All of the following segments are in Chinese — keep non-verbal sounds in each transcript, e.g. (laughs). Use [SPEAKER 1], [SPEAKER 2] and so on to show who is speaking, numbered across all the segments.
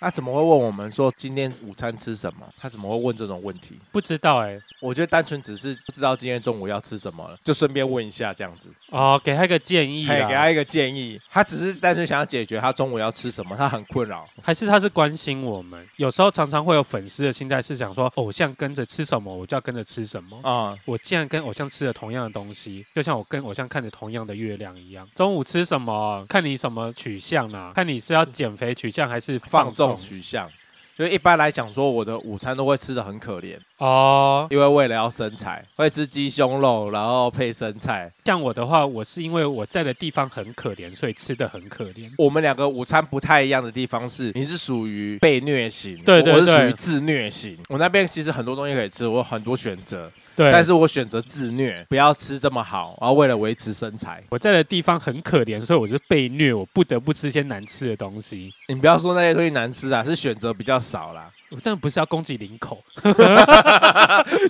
[SPEAKER 1] 他怎么会问我们说今天午餐吃什么？他怎么会问这种问题？
[SPEAKER 2] 不知道哎、
[SPEAKER 1] 我觉得单纯只是不知道今天中午要吃什么了，就顺便问一下这样子，
[SPEAKER 2] 哦，给他一个建议
[SPEAKER 1] 嘿，
[SPEAKER 2] 啦，
[SPEAKER 1] 给他一个建议。他只是单纯想要解决他中午要吃什么，他很困扰。
[SPEAKER 2] 还是他是关心我们？有时候常常会有粉丝的心态是想说，偶像跟着吃什么，我就要跟着吃什么。
[SPEAKER 1] 啊、
[SPEAKER 2] 我竟然跟偶像吃了同样的东西，就像我跟偶像看着同样的月亮一样。中午吃什么，看你什么取向啊？看你是要减肥取向还是
[SPEAKER 1] 放
[SPEAKER 2] 放纵
[SPEAKER 1] 纵取向。所以一般来讲，说我的午餐都会吃的很可怜，
[SPEAKER 2] 哦。
[SPEAKER 1] 因为为了要身材，会吃鸡胸肉，然后配生菜。
[SPEAKER 2] 像我的话，我是因为我在的地方很可怜，所以吃的很可怜。
[SPEAKER 1] 我们两个午餐不太一样的地方是，你是属于被虐型，
[SPEAKER 2] 对对
[SPEAKER 1] 我是属
[SPEAKER 2] 对
[SPEAKER 1] 于自虐型。我那边其实很多东西可以吃，我有很多选择，
[SPEAKER 2] 对，
[SPEAKER 1] 但是我选择自虐，不要吃这么好，然后为了维持身材。
[SPEAKER 2] 我在的地方很可怜，所以我是被虐，我不得不吃一些难吃的东西。
[SPEAKER 1] 你不要说那些东西难吃啊，是选择比较少 (laughs) 啦。
[SPEAKER 2] 我真的不是要攻击林口，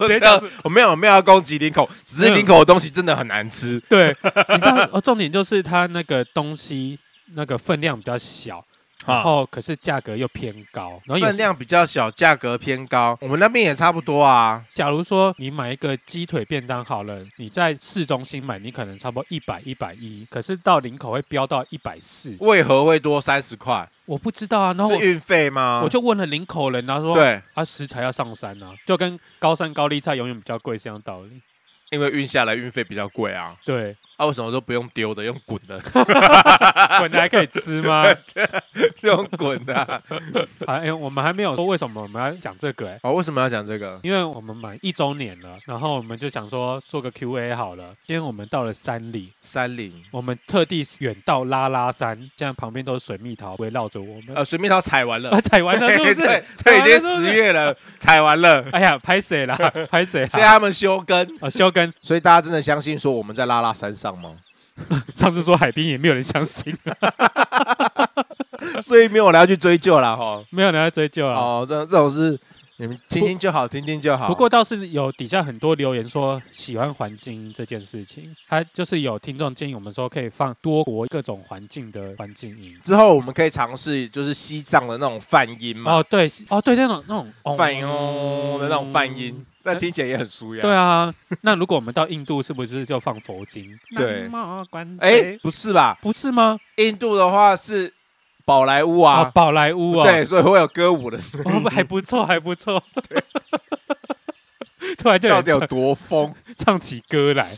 [SPEAKER 1] 我
[SPEAKER 2] 接这样子
[SPEAKER 1] 我没有我没有要攻击林口，只是
[SPEAKER 2] 嗯
[SPEAKER 1] 林口的东西真的很难吃。
[SPEAKER 2] 对，你知道，哦，重点就是它那个东西那个分量比较小，然后可是价格又偏高，然后有
[SPEAKER 1] 分量比较小，价格偏高，我们那边也差不多啊。
[SPEAKER 2] 假如说你买一个鸡腿便当好了，你在市中心买，你可能差不多一百一百一，可是到林口会飙到一百四，
[SPEAKER 1] 为何会多三十块？
[SPEAKER 2] 我不知道啊。然后
[SPEAKER 1] 是
[SPEAKER 2] 我
[SPEAKER 1] 运费吗？
[SPEAKER 2] 我就问了林口人，然后说
[SPEAKER 1] 对，
[SPEAKER 2] 啊食材要上山啊，就跟高山高丽菜永远比较贵是一样道理。
[SPEAKER 1] 因为运下来运费比较贵啊。
[SPEAKER 2] 对，
[SPEAKER 1] 啊，为什么都不用丢的，用滚的，
[SPEAKER 2] 滚的还可以吃吗？
[SPEAKER 1] (laughs) 用滚的、啊？
[SPEAKER 2] 啊，哎、我们还没有说为什么我们要讲这个哎、
[SPEAKER 1] 哦，为什么要讲这个？
[SPEAKER 2] 因为我们满一周年了，然后我们就想说做个 Q&A 好了。今天我们到了山里，
[SPEAKER 1] 山林，
[SPEAKER 2] 我们特地远到拉拉山，这样旁边都是水蜜桃围绕着我们。
[SPEAKER 1] 呃，水蜜桃采完了
[SPEAKER 2] (laughs) 啊，，采完了是不
[SPEAKER 1] (laughs) 对
[SPEAKER 2] 是？
[SPEAKER 1] 这已经
[SPEAKER 2] 采完了是不是
[SPEAKER 1] 十月了，采完了，
[SPEAKER 2] 哎呀，拍
[SPEAKER 1] (laughs)
[SPEAKER 2] 谁啦？拍谁
[SPEAKER 1] 现在
[SPEAKER 2] 啦？
[SPEAKER 1] 他们休耕。
[SPEAKER 2] 啊，修根，
[SPEAKER 1] 所以大家真的相信说我们在拉拉山上吗？
[SPEAKER 2] 上次说海滨也没有人相信，
[SPEAKER 1] (laughs)
[SPEAKER 2] 啊
[SPEAKER 1] 所以没有人要去追究啦，哈。
[SPEAKER 2] 没有人要追究啊。
[SPEAKER 1] 哦，这这种事你们听听就好，听听就好。
[SPEAKER 2] 不过倒是有底下很多留言说喜欢环境这件事情，他就是有听众建议我们说可以放多国各种环境的环境音。
[SPEAKER 1] 之后我们可以尝试就是西藏的那种泛音嘛，
[SPEAKER 2] 哦，对，哦，对，那种那种哦
[SPEAKER 1] 泛音哦的那种泛音，但听起来也很舒压。
[SPEAKER 2] 对啊， (laughs) 那如果我们到印度，是不是就放佛经？
[SPEAKER 1] (laughs) 对
[SPEAKER 2] 南无观世
[SPEAKER 1] 哎，不是吧？
[SPEAKER 2] 不是吗？
[SPEAKER 1] 印度的话是宝莱坞
[SPEAKER 2] 哦，
[SPEAKER 1] 啊，
[SPEAKER 2] 宝莱坞啊，
[SPEAKER 1] 对，所以会有歌舞的声音。
[SPEAKER 2] (laughs) 哦，不还不错，还不错。 (laughs) 突然就有
[SPEAKER 1] 到
[SPEAKER 2] 人
[SPEAKER 1] 底有
[SPEAKER 2] 唱
[SPEAKER 1] 多疯？
[SPEAKER 2] 唱起歌
[SPEAKER 1] (laughs)
[SPEAKER 2] 来，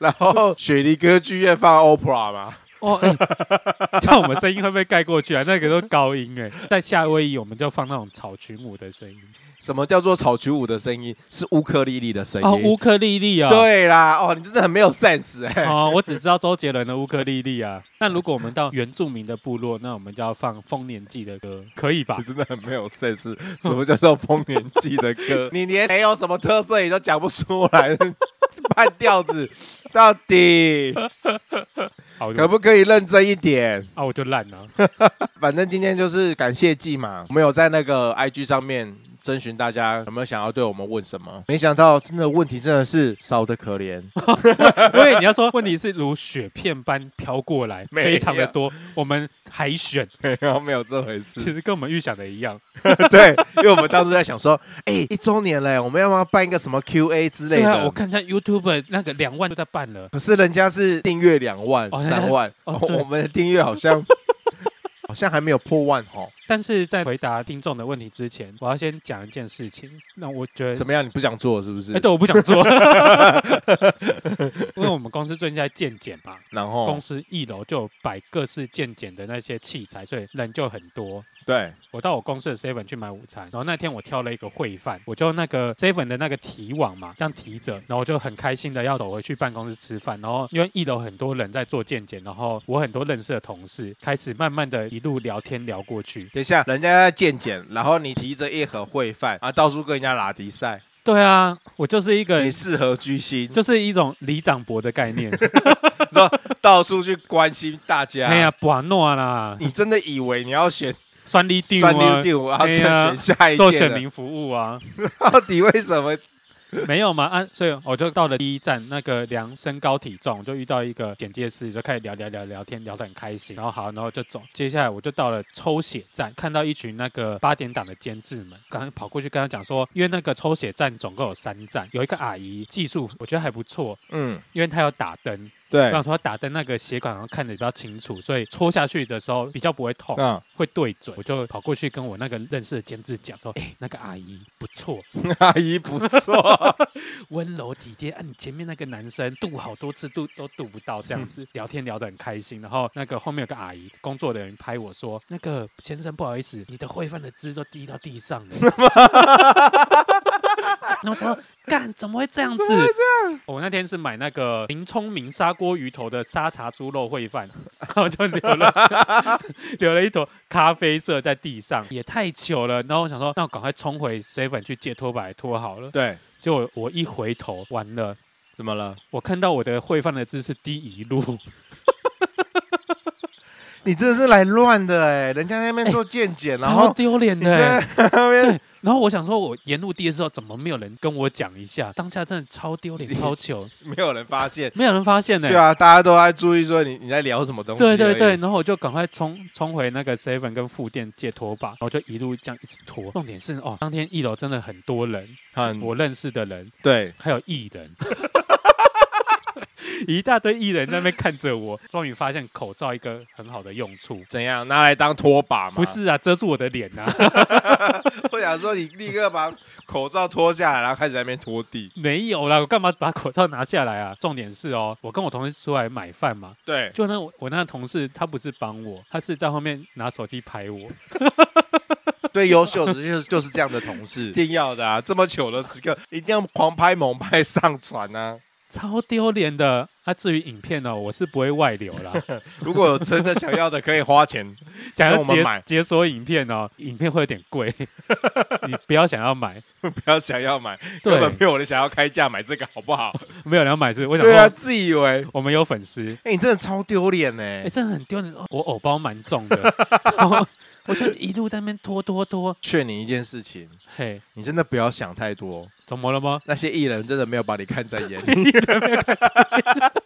[SPEAKER 1] 然后雪梨歌剧院放 Opera 嘛，
[SPEAKER 2] 哦，哎 (laughs) 这样我们声音会不会盖过去啊？那个都是高音哎，在夏威夷我们就放那种草裙舞的声音，
[SPEAKER 1] 什么叫做草曲舞的声音？是乌克丽丽的声音。
[SPEAKER 2] 哦，乌克丽丽啊，，
[SPEAKER 1] 哎对啦，哦，你真的很没有 sense 哎、
[SPEAKER 2] 哦，我只知道周杰伦的乌克丽丽啊。那如果我们到原住民的部落，那我们就要放丰年祭的歌，可以吧
[SPEAKER 1] (laughs) 你？真的很没有 sense，什么叫做丰年祭的歌？ (laughs) 你连没有什么特色你都讲不出来， (laughs) 半吊子，到 (laughs) 底
[SPEAKER 2] 好，啊我就
[SPEAKER 1] 可不可以认真一点？
[SPEAKER 2] 啊，我就烂
[SPEAKER 1] (laughs)
[SPEAKER 2] 了。
[SPEAKER 1] 反正今天就是感谢季嘛，我们有在那个 IG 上面征询大家有没有想要对我们问什么，没想到真的问题真的是少的可怜，
[SPEAKER 2] 因为你要说，问题是如雪片般飘过来，
[SPEAKER 1] (laughs) 没有
[SPEAKER 2] 非常的多。我们海选
[SPEAKER 1] (laughs) 没有没有这回
[SPEAKER 2] 其实跟我们预想的一样，
[SPEAKER 1] (laughs) 对，因为我们当初在想说，哎、一周年嘞，我们要不要办一个什么 QA 之类
[SPEAKER 2] 对
[SPEAKER 1] 的？
[SPEAKER 2] 啊，我看他 YouTube 那个两万都在办了，
[SPEAKER 1] 可是人家是订阅两万、
[SPEAKER 2] 哦人家
[SPEAKER 1] 三万，
[SPEAKER 2] 哦
[SPEAKER 1] 我
[SPEAKER 2] 对
[SPEAKER 1] 我们的订阅好像 (laughs) 好像还没有破万哦。
[SPEAKER 2] 但是在回答听众的问题之前，我要先讲一件事情。那我觉得
[SPEAKER 1] 怎，么样？你不想做是不是？
[SPEAKER 2] 哎，对，我不想
[SPEAKER 1] (laughs)
[SPEAKER 2] 做，因为我们公司最近在健检嘛，
[SPEAKER 1] 然
[SPEAKER 2] 公
[SPEAKER 1] 后
[SPEAKER 2] 司一楼就有摆各式健检的那些器材，所以人就很多。
[SPEAKER 1] 对，
[SPEAKER 2] 我到我公司的 seven 去买午餐，然后那天我挑了一个烩饭，我就那个 seven 的那个提网嘛，这样提着，然后我就很开心的要走回去办公室吃饭，然后因为一楼很多人在做健检，然后我很多认识的同事开始慢慢的一路聊天聊过去，
[SPEAKER 1] 等一下，人家在健检，然后你提着一盒烩饭啊，到处跟人家拉迪赛，
[SPEAKER 2] 对啊，我就是一个
[SPEAKER 1] 你。适合居心，就
[SPEAKER 2] 就是一种里长伯的概念，
[SPEAKER 1] 到处去关心大家。
[SPEAKER 2] 哎呀，瓦诺啦，
[SPEAKER 1] 啊你真的以为你要选
[SPEAKER 2] 酸梨丢
[SPEAKER 1] 三
[SPEAKER 2] 啊
[SPEAKER 1] 六，六，然后
[SPEAKER 2] 哎
[SPEAKER 1] 选
[SPEAKER 2] 呀
[SPEAKER 1] 选下一
[SPEAKER 2] 做
[SPEAKER 1] 届
[SPEAKER 2] 选
[SPEAKER 1] 的？
[SPEAKER 2] 民服务啊，
[SPEAKER 1] 到底为什么
[SPEAKER 2] (laughs) 没有嘛啊，所以我就到了第一站，那个量身高体重，就遇到一个简介师，就开始聊聊聊聊天，聊得很开心。然后好，然后就走。接下来我就到了抽血站，看到一群那个八点档的监制们，刚刚跑过去跟他讲说，因为那个抽血站总共有三站，有一个阿姨技术我觉得还不错，
[SPEAKER 1] 嗯，
[SPEAKER 2] 因为她有打灯，
[SPEAKER 1] 对
[SPEAKER 2] 我，想说打灯那个血管好像看得比较清楚，所以戳下去的时候比较不会痛。
[SPEAKER 1] 嗯，
[SPEAKER 2] 会对准，我就跑过去跟我那个认识的监制讲说，哎、那个阿姨不错，
[SPEAKER 1] 嗯 (laughs) 阿姨不
[SPEAKER 2] (laughs)
[SPEAKER 1] 错，
[SPEAKER 2] 温柔体贴啊！你前面那个男生渡好多次渡都渡不到，这样子、聊天聊得很开心。然后那个后面有个阿姨工作人员拍我说：“那个先生不好意思，你的烩饭的汁都滴到地上了。” (laughs) 什么？然后我想说干怎么会这样子？我那天是买那个林聪明砂锅鱼头的沙茶猪肉烩 (laughs) 饭，然后就留了 (laughs) 留了一坨咖啡色在地上，也太糗了。然后我想说，那我赶快冲回 seven 去借拖把来拖好了。
[SPEAKER 1] 对，
[SPEAKER 2] 就我一回头，完了，
[SPEAKER 1] 怎么了？
[SPEAKER 2] 我看到我的烩饭的字是低一路，
[SPEAKER 1] 你真的是来乱的哎，人家在那边做健 (laughs) 检， (laughs) 然
[SPEAKER 2] 超
[SPEAKER 1] 后
[SPEAKER 2] 丢脸
[SPEAKER 1] 你
[SPEAKER 2] 的
[SPEAKER 1] 在
[SPEAKER 2] 欸。
[SPEAKER 1] 那边
[SPEAKER 2] 对，然后我想说，我沿路第一时候怎么没有人跟我讲一下？当下真的超丢脸、超糗，
[SPEAKER 1] (laughs) 没有人发
[SPEAKER 2] (laughs)
[SPEAKER 1] 现。
[SPEAKER 2] 没有人发现呢、
[SPEAKER 1] 对啊，大家都在注意说你你在聊什么东西而
[SPEAKER 2] 对
[SPEAKER 1] 已。
[SPEAKER 2] 对对，然后我就赶快冲冲回那个 seven 跟副店借拖把，然后就一路这样一直拖。重点是哦，当天一楼真的很多人，
[SPEAKER 1] 很
[SPEAKER 2] 我认识的人，
[SPEAKER 1] 对，
[SPEAKER 2] 还有艺
[SPEAKER 1] (laughs)
[SPEAKER 2] 人，一大堆艺人在那边看着我，终于发现口罩一个很好的用处。
[SPEAKER 1] 怎样拿来当拖把嘛？
[SPEAKER 2] 不，是啊，遮住我的脸呐、
[SPEAKER 1] (laughs) 我想说你立刻把口罩脱下来，然后开始在那边拖地。
[SPEAKER 2] 没有啦，我干嘛把口罩拿下来啊？重点是哦，我跟我同事出来买饭嘛，
[SPEAKER 1] 对，
[SPEAKER 2] 就那我我那个同事他不是帮我，他是在后面拿手机拍我，
[SPEAKER 1] 最优秀的就是就是这样的同事，一定要的啊！这么糗的时刻，一定要狂拍猛拍上传啊！
[SPEAKER 2] 超丢脸的。啊，至于影片呢、我是不会外流
[SPEAKER 1] (laughs)
[SPEAKER 2] 啦，
[SPEAKER 1] 如果有真的想要的，可以花钱。 (laughs)
[SPEAKER 2] 想
[SPEAKER 1] 跟
[SPEAKER 2] 要
[SPEAKER 1] 我们
[SPEAKER 2] 解
[SPEAKER 1] 买
[SPEAKER 2] 解锁影片哦，影片会有点
[SPEAKER 1] (laughs)
[SPEAKER 2] 贵，你不要想要买，
[SPEAKER 1] 不要想要买，根本
[SPEAKER 2] 对
[SPEAKER 1] 没，有人想要开价买这个，好不好？
[SPEAKER 2] 没有人要买是，我想
[SPEAKER 1] 对啊，
[SPEAKER 2] 说
[SPEAKER 1] 自以为，
[SPEAKER 2] 我们有粉丝，
[SPEAKER 1] 哎、你真的超丢脸欸呢！
[SPEAKER 2] 哎、真的很丢脸，哦我偶包蛮
[SPEAKER 1] (laughs)
[SPEAKER 2] 重的，然后我就一路在那边拖拖拖，
[SPEAKER 1] 劝你一件事情，
[SPEAKER 2] 嘿，
[SPEAKER 1] 你真的不要想太多，
[SPEAKER 2] 怎么了吗？
[SPEAKER 1] 那些艺人真的没有把你看在眼
[SPEAKER 2] (laughs)
[SPEAKER 1] 里，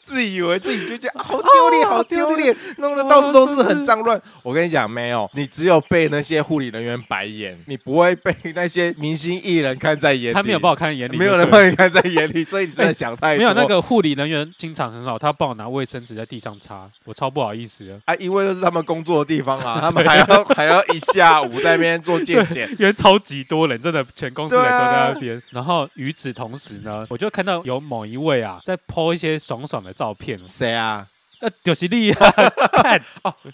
[SPEAKER 1] 自以为自己就觉得啊好丢脸，好丢脸，
[SPEAKER 2] 哦
[SPEAKER 1] 弄得到处都是很脏
[SPEAKER 2] (laughs)
[SPEAKER 1] 乱。我跟你讲，没有，你只有被那些护理人员白眼，你不会被那些明星艺人看在眼里。
[SPEAKER 2] 他没有把我看在眼里，
[SPEAKER 1] 没有人把你看在眼里，所以你真的想太多。
[SPEAKER 2] 没有那个护理人员经常很好，他帮我拿卫生纸在地上擦，我超不好意思的，
[SPEAKER 1] 啊，因为这是他们工作的地方啊，他们还要还要一下午在那边做健检。
[SPEAKER 2] (laughs) 因为超级多人，真的全公司人
[SPEAKER 1] 对
[SPEAKER 2] 都
[SPEAKER 1] 啊
[SPEAKER 2] 在那边。然后与此同时呢，我就看到有某一位啊在 po 一些爽爽的照片，
[SPEAKER 1] 谁啊？
[SPEAKER 2] 呃，就是厉害， (laughs) 看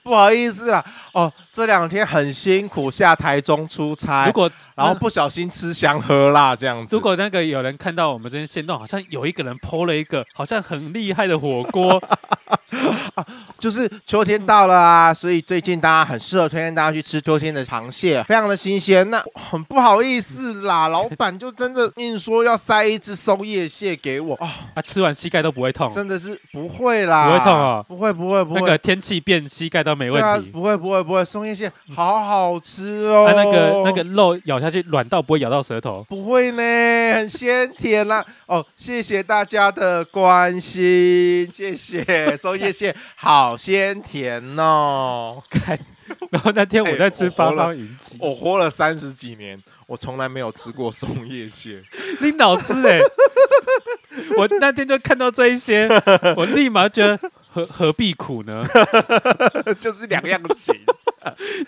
[SPEAKER 1] 不好意思啦，哦，这两天很辛苦，下台中出差，
[SPEAKER 2] 如
[SPEAKER 1] (laughs)
[SPEAKER 2] 果嗯
[SPEAKER 1] 然后不小心吃香喝辣这样子。
[SPEAKER 2] 如果那个有人看到我们这边线动，好像有一个人 PO 了一个好像很厉害的火锅， (laughs)
[SPEAKER 1] 就是秋天到了啊，所以最近大家很适合推荐大家去吃秋天的螃蟹，非常的新鲜。那很不好意思
[SPEAKER 2] (laughs)
[SPEAKER 1] 啦，老板就真的硬说要塞一只松叶蟹给我，哦，
[SPEAKER 2] 他、啊吃完膝盖都不会痛，
[SPEAKER 1] 真的是不会啦，
[SPEAKER 2] 不会痛哦
[SPEAKER 1] 不会不会不
[SPEAKER 2] 那
[SPEAKER 1] 会。
[SPEAKER 2] 个天气变膝盖都没
[SPEAKER 1] 对啊
[SPEAKER 2] 问，题。
[SPEAKER 1] 不会不会不会，松叶蟹好好吃哦。
[SPEAKER 2] 啊它、那个那个肉咬下去软到不会咬到舌头，
[SPEAKER 1] 不会呢， (laughs) 很鲜甜啦、哦，谢谢大家的关心，谢 (laughs) 谢松叶蟹，好鲜甜哦。
[SPEAKER 2] 看。然后那天我在吃
[SPEAKER 1] 哎我
[SPEAKER 2] 八
[SPEAKER 1] 活了
[SPEAKER 2] 方云集，
[SPEAKER 1] 我活了三十几年，我从来没有吃过松叶蟹。
[SPEAKER 2] 你脑子哎、我那天就看到这一些，我立马觉得何何必苦呢？
[SPEAKER 1] (laughs) 就是两样 (laughs) 情。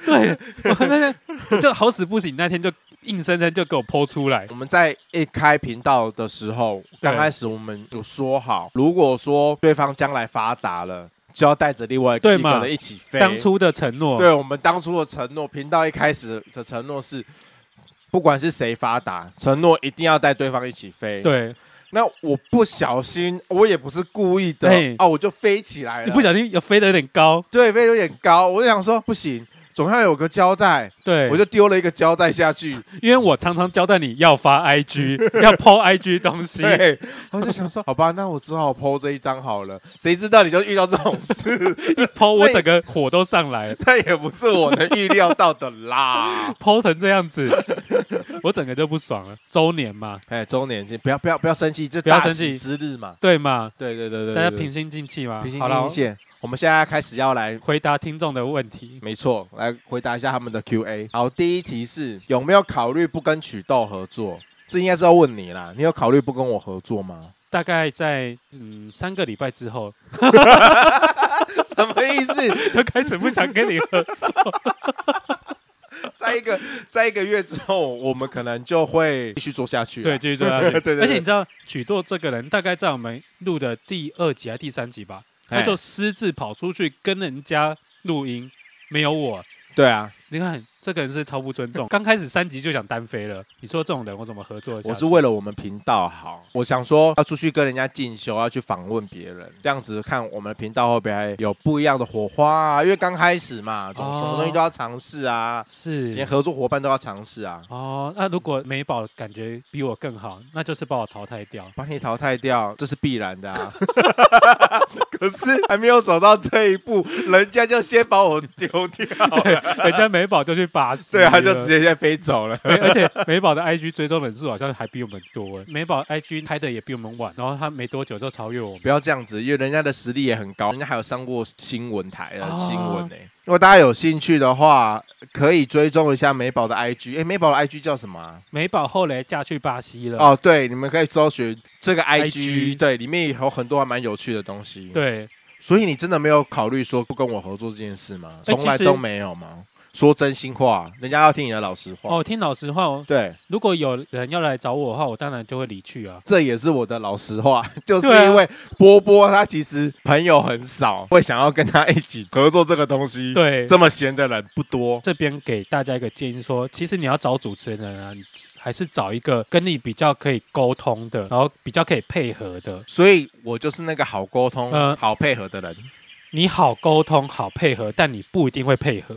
[SPEAKER 2] 对，我那天就好死不死，你那天就硬生生就给我剖出来
[SPEAKER 1] 我，们在一开频道的时候，刚开始我们有说好，如果说对方将来发达了，就要带着另外一个
[SPEAKER 2] 对嘛
[SPEAKER 1] 人一起飞。
[SPEAKER 2] 当初的承诺。
[SPEAKER 1] 对我们当初的承诺，频道一开始的承诺是，不管是谁发达，承诺一定要带对方一起飞。，
[SPEAKER 2] 对，
[SPEAKER 1] 那我不小心，我也不是故意的
[SPEAKER 2] 哎
[SPEAKER 1] 啊，我就飞起来了。
[SPEAKER 2] 你不小心有飞得有点高，
[SPEAKER 1] 对，飞得有点高，我就想说不行，总要有个交代。
[SPEAKER 2] 对，
[SPEAKER 1] 我就丢了一个胶带下去，
[SPEAKER 2] 因为我常常交代你要
[SPEAKER 1] (laughs)
[SPEAKER 2] 发 IG，要 PO IG 东西，
[SPEAKER 1] 对，我就想说，好吧，那我只好 PO 这一张好了。谁知道你就遇到这种事，
[SPEAKER 2] 一 PO 我整个火都上来了
[SPEAKER 1] 那也不是我能预料到的啦。
[SPEAKER 2] (laughs) ，PO 成这样子，我整个就不爽了。周年嘛，
[SPEAKER 1] 哎，周年庆不要不要不要生气，这
[SPEAKER 2] 不要
[SPEAKER 1] 大
[SPEAKER 2] 生
[SPEAKER 1] 喜
[SPEAKER 2] 气
[SPEAKER 1] 之日嘛，
[SPEAKER 2] 对嘛，
[SPEAKER 1] 对对对对，
[SPEAKER 2] 大家
[SPEAKER 1] 对
[SPEAKER 2] 平心静气嘛。
[SPEAKER 1] 平心
[SPEAKER 2] 好了
[SPEAKER 1] 静，气。啊我们现在开始要来
[SPEAKER 2] 回答听众的问题。 (laughs)
[SPEAKER 1] 没错，来回答一下他们的 Q&A。好，第一题是有没有考虑不跟曲豆合作？这应该是要问你啦，你有考虑不跟我合作吗？
[SPEAKER 2] 大概在嗯三个礼拜之后，
[SPEAKER 1] (laughs)
[SPEAKER 2] (laughs)
[SPEAKER 1] 什么意思？
[SPEAKER 2] 就开始不想跟你
[SPEAKER 1] (laughs)
[SPEAKER 2] 合
[SPEAKER 1] 啊
[SPEAKER 2] 作。
[SPEAKER 1] 在一个在一个月之后，我们可能就会继续做下去啊。
[SPEAKER 2] 对，继续做下去。
[SPEAKER 1] (laughs) 对对对
[SPEAKER 2] 而且你知道曲舵这个人，大概在我们录的第二集还是第三集吧，他
[SPEAKER 1] 哎
[SPEAKER 2] 就私自跑出去跟人家录音，没有我。
[SPEAKER 1] 对啊，
[SPEAKER 2] 你看这个人是超不尊
[SPEAKER 1] (laughs)
[SPEAKER 2] 重，刚开始三集就想单飞了。你说这种人我怎么合作一下？
[SPEAKER 1] 我是为了我们频道好，我想说要出去跟人家进修，要去访问别人，这样子看我们频道会不会有不一样的火花啊？因为刚开始嘛，总
[SPEAKER 2] 哦
[SPEAKER 1] 什么东西都要尝试啊，连
[SPEAKER 2] 是
[SPEAKER 1] 合作伙伴都要尝试 (laughs) 啊。
[SPEAKER 2] 哦，那如果美宝感觉比我更好，那就是把我淘汰掉。
[SPEAKER 1] 把你淘汰掉，这是必然的啊。 (laughs) 可是还没有走到这一步，人家就先把我丢 (laughs) 掉了，
[SPEAKER 2] 人家美宝就去把戏
[SPEAKER 1] (laughs) 对
[SPEAKER 2] 了，
[SPEAKER 1] 啊，就直接先飞走了。
[SPEAKER 2] (laughs) 没而且美宝的 IG 追踪人数好像还比我们多，欸美宝 IG 开的也比我们晚，然后他没多久就超越我们。
[SPEAKER 1] (laughs) 不要这样子，因为人家的实力也很高，人家还有上过新闻台的、
[SPEAKER 2] 哦
[SPEAKER 1] 新闻呢、如果大家有兴趣的话，可以追踪一下美宝的 IG。哎，美宝的 IG 叫什么啊、
[SPEAKER 2] 美宝后来嫁去巴西了。
[SPEAKER 1] 哦，对，你们可以搜寻这个 IG，,
[SPEAKER 2] IG
[SPEAKER 1] 对，里面有很多还蛮有趣的东西。，
[SPEAKER 2] 对，
[SPEAKER 1] 所以你真的没有考虑说不跟我合作这件事吗？
[SPEAKER 2] 哎
[SPEAKER 1] 从来
[SPEAKER 2] 其实
[SPEAKER 1] 都没有吗？说真心话，人家要听你的老实话。
[SPEAKER 2] 哦，听老实话，哦，
[SPEAKER 1] 对，
[SPEAKER 2] 如果有人要来找我的话，我当然就会离去啊。
[SPEAKER 1] 这也是我的老实话， (laughs) 就是
[SPEAKER 2] 对啊
[SPEAKER 1] 因为波波他其实朋友很少，会想要跟他一起合作这个东西。，
[SPEAKER 2] 对，这
[SPEAKER 1] 这么闲的人不多。
[SPEAKER 2] 这边给大家一个建议说，其实你要找主持人啊，你还是找一个跟你比较可以沟通的，然后比较可以配合的。
[SPEAKER 1] 所以我就是那个好沟通、
[SPEAKER 2] 嗯
[SPEAKER 1] 好配合的人。
[SPEAKER 2] 你好沟通，好配合，但你不一定会配合，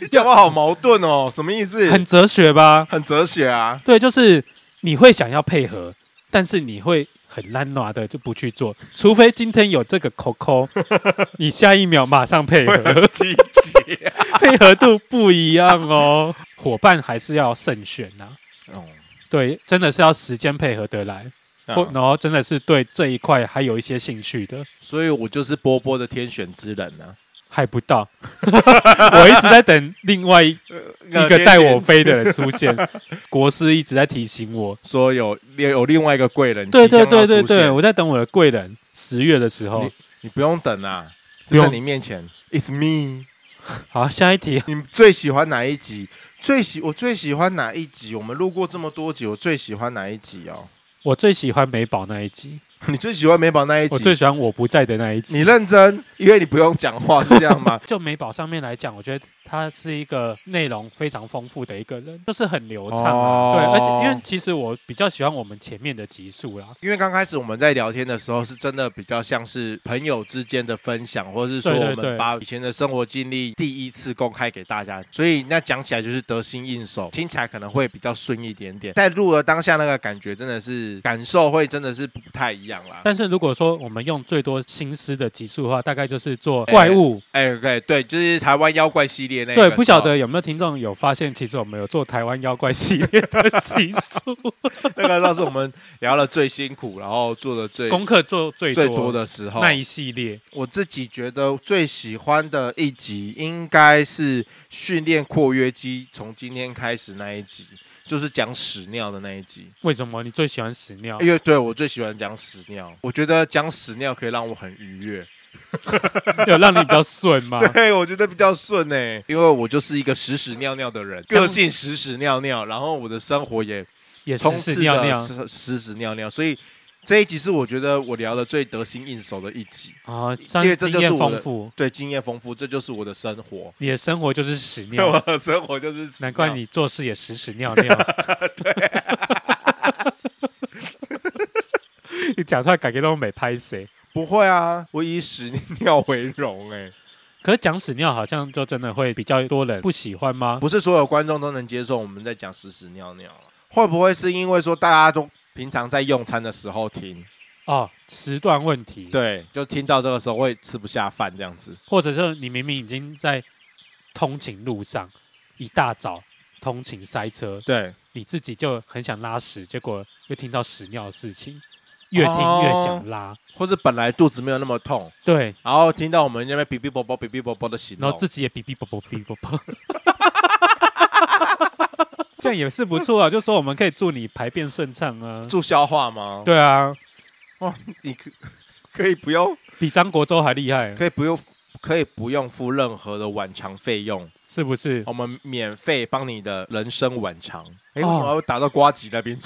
[SPEAKER 1] 你讲话好矛盾哦，什么意思？
[SPEAKER 2] 很哲学吧？
[SPEAKER 1] 很哲学啊。
[SPEAKER 2] (laughs) 对，就是你会想要配合，但是你会很懒惰的就不去做，除非今天有这个
[SPEAKER 1] (laughs)
[SPEAKER 2] Coco，你下一秒马上配合。
[SPEAKER 1] 积极、啊
[SPEAKER 2] 配合度不一样哦。伙伴还是要慎选呐、
[SPEAKER 1] 哦
[SPEAKER 2] 对，真的是要时间配合得来，或
[SPEAKER 1] 嗯
[SPEAKER 2] 然后真的是对这一块还有一些兴趣的，
[SPEAKER 1] 所以我就是波波的天选之人啊呢、
[SPEAKER 2] 还
[SPEAKER 1] (laughs)
[SPEAKER 2] 不到。我一直在等另外一
[SPEAKER 1] 那
[SPEAKER 2] 个带
[SPEAKER 1] 天
[SPEAKER 2] 我
[SPEAKER 1] 选
[SPEAKER 2] 飞的人出现，国师一直在提
[SPEAKER 1] (laughs)
[SPEAKER 2] 醒我。
[SPEAKER 1] 说有有另外一个贵人，
[SPEAKER 2] 对对对对对，，我在等我的贵人。十月的时候，
[SPEAKER 1] 你不用等啊，
[SPEAKER 2] 不
[SPEAKER 1] 就
[SPEAKER 2] 用
[SPEAKER 1] 在你面前，It's me。
[SPEAKER 2] 好，下一题，
[SPEAKER 1] 你最喜欢哪一集？最喜我最喜欢哪一集？我们录过这么多集，我最喜欢哪一集哦？ (laughs)
[SPEAKER 2] 我最喜欢美宝那一集，
[SPEAKER 1] 你最喜欢美宝那一
[SPEAKER 2] 我最
[SPEAKER 1] 集？
[SPEAKER 2] 喜欢我不在的那一集。？
[SPEAKER 1] 你认真，因为你不用讲话，是这样吗
[SPEAKER 2] (laughs) 就美宝上面来讲，我觉得他是一个内容非常丰富的一个人，就是很流畅、啊。
[SPEAKER 1] 哦
[SPEAKER 2] 对，而且因为其实我比较喜欢我们前面的集数啦，
[SPEAKER 1] 因为刚开始我们在聊天的时候，是真的比较像是朋友之间的分享，或者是说
[SPEAKER 2] 对对
[SPEAKER 1] 我们
[SPEAKER 2] 对
[SPEAKER 1] 把以前的生活经历第一次公开给大家，所以那讲起来就是得心应手，听起来可能会比较顺一点点。在录了当下那个感觉，真的是感受会真的是不太一样啦。
[SPEAKER 2] 但是如果说我们用最多心思的集数的话，大概就是做怪物。
[SPEAKER 1] 哎，对对，就是台湾妖怪系列那个
[SPEAKER 2] 对，不
[SPEAKER 1] 时候
[SPEAKER 2] 晓得有没有听众有发现，其实我们有做台湾妖怪系列的集
[SPEAKER 1] (laughs)
[SPEAKER 2] 数，
[SPEAKER 1] (laughs) 那个倒是我们聊了最辛苦，然后做的最
[SPEAKER 2] 功课做最
[SPEAKER 1] 最多的哦时候。
[SPEAKER 2] 那一系列。
[SPEAKER 1] 我自己觉得最喜欢的一集应该是训练括约肌，从今天开始那一集，就是讲屎尿的那一集。
[SPEAKER 2] 为什么你最喜欢屎尿？
[SPEAKER 1] 因为对我最喜欢讲屎尿，我觉得讲屎尿可以让我很愉悦。
[SPEAKER 2] 有让你比较顺吗？
[SPEAKER 1] (laughs) 对，我觉得比较顺呢、因为我就是一个屎屎尿尿的人，
[SPEAKER 2] 这样
[SPEAKER 1] 个性屎屎尿尿，然后我的生活也
[SPEAKER 2] 也是
[SPEAKER 1] 充斥
[SPEAKER 2] 屎
[SPEAKER 1] 着
[SPEAKER 2] 尿尿
[SPEAKER 1] 屎屎屎尿尿，所以这一集是我觉得我聊的最得心应手的一集。
[SPEAKER 2] 啊，算
[SPEAKER 1] 因
[SPEAKER 2] 是
[SPEAKER 1] 为这
[SPEAKER 2] 经
[SPEAKER 1] 就是
[SPEAKER 2] 验
[SPEAKER 1] 我的
[SPEAKER 2] 丰富。
[SPEAKER 1] 对，经验丰富，这就是我的生活。
[SPEAKER 2] 你的生活就是屎
[SPEAKER 1] 因为 (laughs)
[SPEAKER 2] 尿
[SPEAKER 1] 我，的生活就是屎
[SPEAKER 2] 难怪
[SPEAKER 1] 尿
[SPEAKER 2] 你做事也屎屎尿
[SPEAKER 1] (laughs)
[SPEAKER 2] 尿。对， (laughs) 你讲出来感觉都没拍欸谁。
[SPEAKER 1] 不会啊，我以屎尿为荣哎、
[SPEAKER 2] 可是讲屎尿好像就真的会比较多人不喜欢吗？
[SPEAKER 1] 不是所有观众都能接受我们在讲屎屎尿尿啊，会不会是因为说大家都平常在用餐的时候听，
[SPEAKER 2] 哦，时段问题。，
[SPEAKER 1] 对，就听到这个时候会吃不下饭这样子，
[SPEAKER 2] 或者是你明明已经在通勤路上，一大早通勤塞车，
[SPEAKER 1] 对，
[SPEAKER 2] 你自己就很想拉屎，结果又听到屎尿的事情，越听越
[SPEAKER 1] 哦
[SPEAKER 2] 想拉。
[SPEAKER 1] 或是本来肚子没有那么痛，
[SPEAKER 2] 对，
[SPEAKER 1] 然后听到我们那边哔哔啵啵哔哔啵啵的形
[SPEAKER 2] 然
[SPEAKER 1] 容
[SPEAKER 2] 后，自己也哔哔啵啵哔哔啵啵。 (laughs) 这样也是不错啊，就说我们可以祝你排便顺畅啊。
[SPEAKER 1] 助消化吗？
[SPEAKER 2] 对啊，
[SPEAKER 1] 你可可以不用，
[SPEAKER 2] 比张国周还厉害，
[SPEAKER 1] 可以不用，可以不用付任何的晚长费用，
[SPEAKER 2] 是不是？
[SPEAKER 1] 我们免费帮你的人生晚长。哎、
[SPEAKER 2] 哦
[SPEAKER 1] 为什么要打到瓜吉那边
[SPEAKER 2] (laughs)
[SPEAKER 1] 去？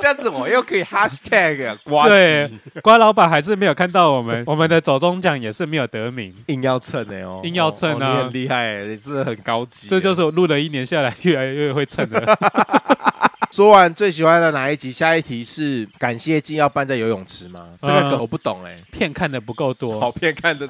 [SPEAKER 1] 这样子我又可以 hashtag 啊瓜
[SPEAKER 2] 对
[SPEAKER 1] 吉，，
[SPEAKER 2] 瓜老板还是没有看到我们， (laughs) 我们的走中奖也是没有得名，
[SPEAKER 1] 硬要蹭哎、哦，
[SPEAKER 2] 硬要蹭啊
[SPEAKER 1] 哦你很厉害、欸，你真的很高级欸、
[SPEAKER 2] 这就是我录了一年下来越来越会蹭 (laughs) 的。
[SPEAKER 1] 啊说完最喜欢的哪一集？下一题是感谢金要办在游泳池吗？这个
[SPEAKER 2] 嗯
[SPEAKER 1] 梗我不懂哎、
[SPEAKER 2] 片看的不够多
[SPEAKER 1] 好，片看的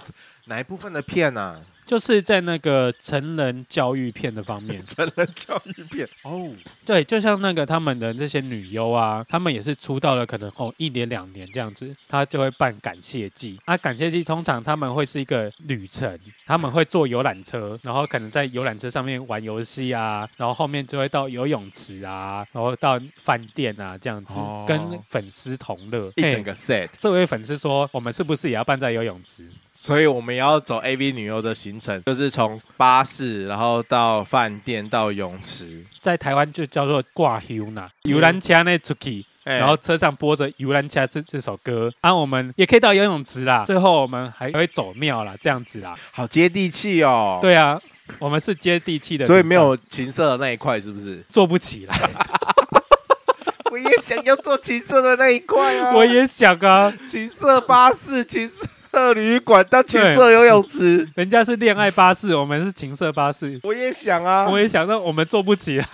[SPEAKER 1] 哪一部分的片啊？
[SPEAKER 2] 就是在那个成人教育片的方面
[SPEAKER 1] 成人教育片
[SPEAKER 2] 哦，对，就像那个他们的这些女优啊，他们也是出道了可能哦一年两年这样子，他就会办感谢祭。啊，感谢祭通常他们会是一个旅程，他们会坐游览车，然后可能在游览车上面玩游戏啊，然后后面就会到游泳池啊，然后到饭店啊这样子，
[SPEAKER 1] 哦
[SPEAKER 2] 跟粉丝同乐。
[SPEAKER 1] 一
[SPEAKER 2] 嘿
[SPEAKER 1] 整个 set，
[SPEAKER 2] 这位粉丝说，我们是不是也要办在游泳池？
[SPEAKER 1] 所以我们也要走 AV 女优的行程，就是从巴士，然后到饭店，到泳池，
[SPEAKER 2] 在台湾就叫做挂 Huna，游览车那出去。
[SPEAKER 1] 哎
[SPEAKER 2] 然后车上播着《游兰家》这这首歌，啊，我们也可以到游泳池啦。最后我们还会走庙啦，这样子啦。
[SPEAKER 1] 好接地气哦。。
[SPEAKER 2] 对啊，我们是接地气的，？
[SPEAKER 1] 所以没有情色的那一块，是不是 (laughs)
[SPEAKER 2] 做不起啦。
[SPEAKER 1] 我也想要做情色的那一块啊！
[SPEAKER 2] 我也想啊，
[SPEAKER 1] 情色巴
[SPEAKER 2] (laughs)
[SPEAKER 1] 士、情色旅馆、到情色游泳池，
[SPEAKER 2] 人家是恋爱巴士，我们是情色巴士。
[SPEAKER 1] 我也想啊！
[SPEAKER 2] 我也想到我们做不 (laughs) 起来，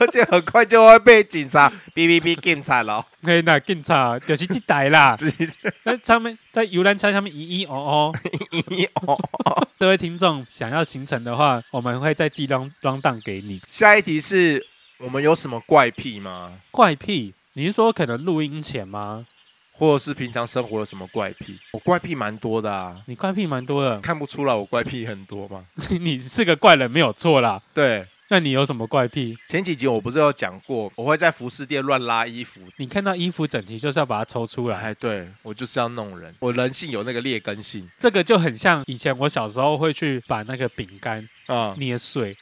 [SPEAKER 1] 而且很快就会被警察 (laughs) 哔哔哔警察了。
[SPEAKER 2] 可哎以那更差，就是这台
[SPEAKER 1] (laughs)
[SPEAKER 2] 啦
[SPEAKER 1] 就是。
[SPEAKER 2] 那上面在游览车上面一一哦哦，
[SPEAKER 1] 咦哦 (laughs)
[SPEAKER 2] 各位听众想要行程的话，我们会再寄 round round down 给你。
[SPEAKER 1] (laughs) 下一题是我们有什么怪癖吗？
[SPEAKER 2] 怪癖，你是说可能录音前吗？
[SPEAKER 1] 或者是平常生活有什么怪癖？我怪癖蛮多的啊，
[SPEAKER 2] 你怪癖蛮多的，
[SPEAKER 1] 看不出来我怪癖很多吗？
[SPEAKER 2] (laughs) 你是个怪人没有错啦。
[SPEAKER 1] 对，
[SPEAKER 2] 那你有什么怪癖？
[SPEAKER 1] 前几集我不是有讲过，我会在服饰店乱拉衣服。
[SPEAKER 2] 你看到衣服整齐就是要把它抽出来，
[SPEAKER 1] 哎，对我就是要弄人，我人性有那个劣根性
[SPEAKER 2] 这个就很像以前我小时候会去把那个饼干
[SPEAKER 1] 啊、
[SPEAKER 2] 捏 (laughs) 碎，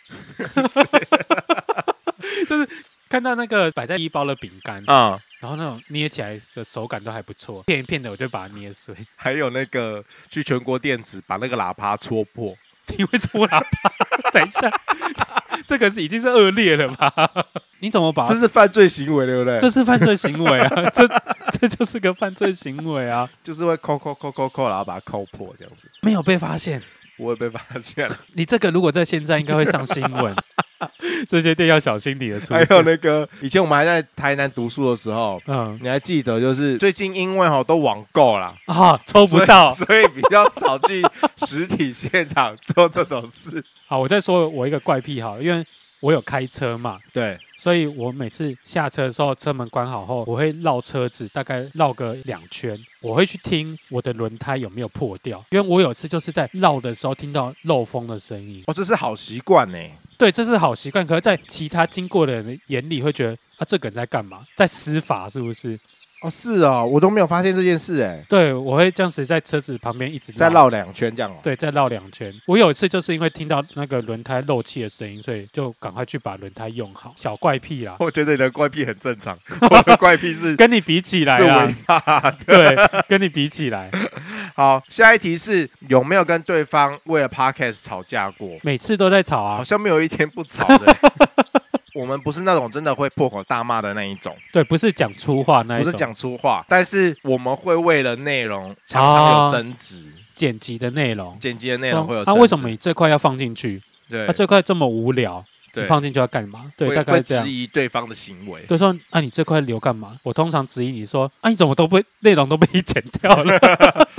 [SPEAKER 2] 就是看到那个摆在衣包的饼干，
[SPEAKER 1] 啊、
[SPEAKER 2] 然后那种捏起来的手感都还不错，片一片的我就把它捏碎。
[SPEAKER 1] 还有那个去全国电子把那个喇叭戳破，
[SPEAKER 2] 你会出喇叭？等一下， (laughs) 这个是已经是恶劣了吧？ (laughs) 你怎么把它
[SPEAKER 1] 这是犯罪行为，对不对？
[SPEAKER 2] 这是犯罪行为啊， (laughs) 这这就是个犯罪行为啊，
[SPEAKER 1] 就是会抠抠抠抠抠，然后把它抠破这样子，
[SPEAKER 2] 没有被发现。
[SPEAKER 1] 不会被发 (laughs) 现。
[SPEAKER 2] 你这个如果在现在应该会上新闻， (laughs) 这些店要小心你的出
[SPEAKER 1] 还有
[SPEAKER 2] 现。
[SPEAKER 1] 那个以前我们还在台南读书的时候，
[SPEAKER 2] 嗯
[SPEAKER 1] 你还记得就是最近因为哈都网购啦，
[SPEAKER 2] 啊，抽不到。
[SPEAKER 1] 所以所以比较少去实体现场做这种事。
[SPEAKER 2] 好，我再说我一个怪癖哈，因为我有开车嘛，
[SPEAKER 1] (laughs) 对，
[SPEAKER 2] 所以我每次下车的时候，车门关好后，我会绕车子，大概绕个两圈，我会去听我的轮胎有没有破掉，因为我有一次就是在绕的时候听到漏风的声音。
[SPEAKER 1] 哦，这是好习惯呢。
[SPEAKER 2] 对，这是好习惯，可是在其他经过的人的眼里会觉得啊，这个人在干嘛？在施法是不是？
[SPEAKER 1] 哦，是哦，我都没有发现这件事哎，
[SPEAKER 2] 对，我会这样子在车子旁边一直
[SPEAKER 1] 再绕两圈这样哦。
[SPEAKER 2] 对，再绕两圈。我有一次就是因为听到那个轮胎漏气的声音，所以就赶快去把轮胎用好。小怪癖啦，
[SPEAKER 1] 我觉得你的怪癖很正常，我的怪癖是
[SPEAKER 2] 跟你比起来
[SPEAKER 1] 是违
[SPEAKER 2] 啦，
[SPEAKER 1] 法的。
[SPEAKER 2] 对，跟你比起来，
[SPEAKER 1] 好，下一题是有没有跟对方为了 podcast 吵架过？
[SPEAKER 2] 每次都在吵
[SPEAKER 1] 好
[SPEAKER 2] 啊。
[SPEAKER 1] 像没有一天不吵的 (laughs) 欸。我们不是那种真的会破口大骂的那一种，
[SPEAKER 2] 对，不是讲粗话那一
[SPEAKER 1] 不是
[SPEAKER 2] 种，
[SPEAKER 1] 讲粗话，但是我们会为了内容常常有争执，
[SPEAKER 2] 剪辑的内容。
[SPEAKER 1] 剪辑的内容会有
[SPEAKER 2] 那、
[SPEAKER 1] 争
[SPEAKER 2] 哦啊、
[SPEAKER 1] 执。
[SPEAKER 2] 为什么你这块要放进去？啊
[SPEAKER 1] 对
[SPEAKER 2] 那、这块这么无聊，你
[SPEAKER 1] 对
[SPEAKER 2] 放进去要干嘛？对，
[SPEAKER 1] 会
[SPEAKER 2] 大概
[SPEAKER 1] 会
[SPEAKER 2] 是这样
[SPEAKER 1] 质。疑对方的行为？
[SPEAKER 2] 对，说啊，你这块留干嘛？我通常质疑你说啊，你怎么都被内容都被 (laughs) 你剪掉了？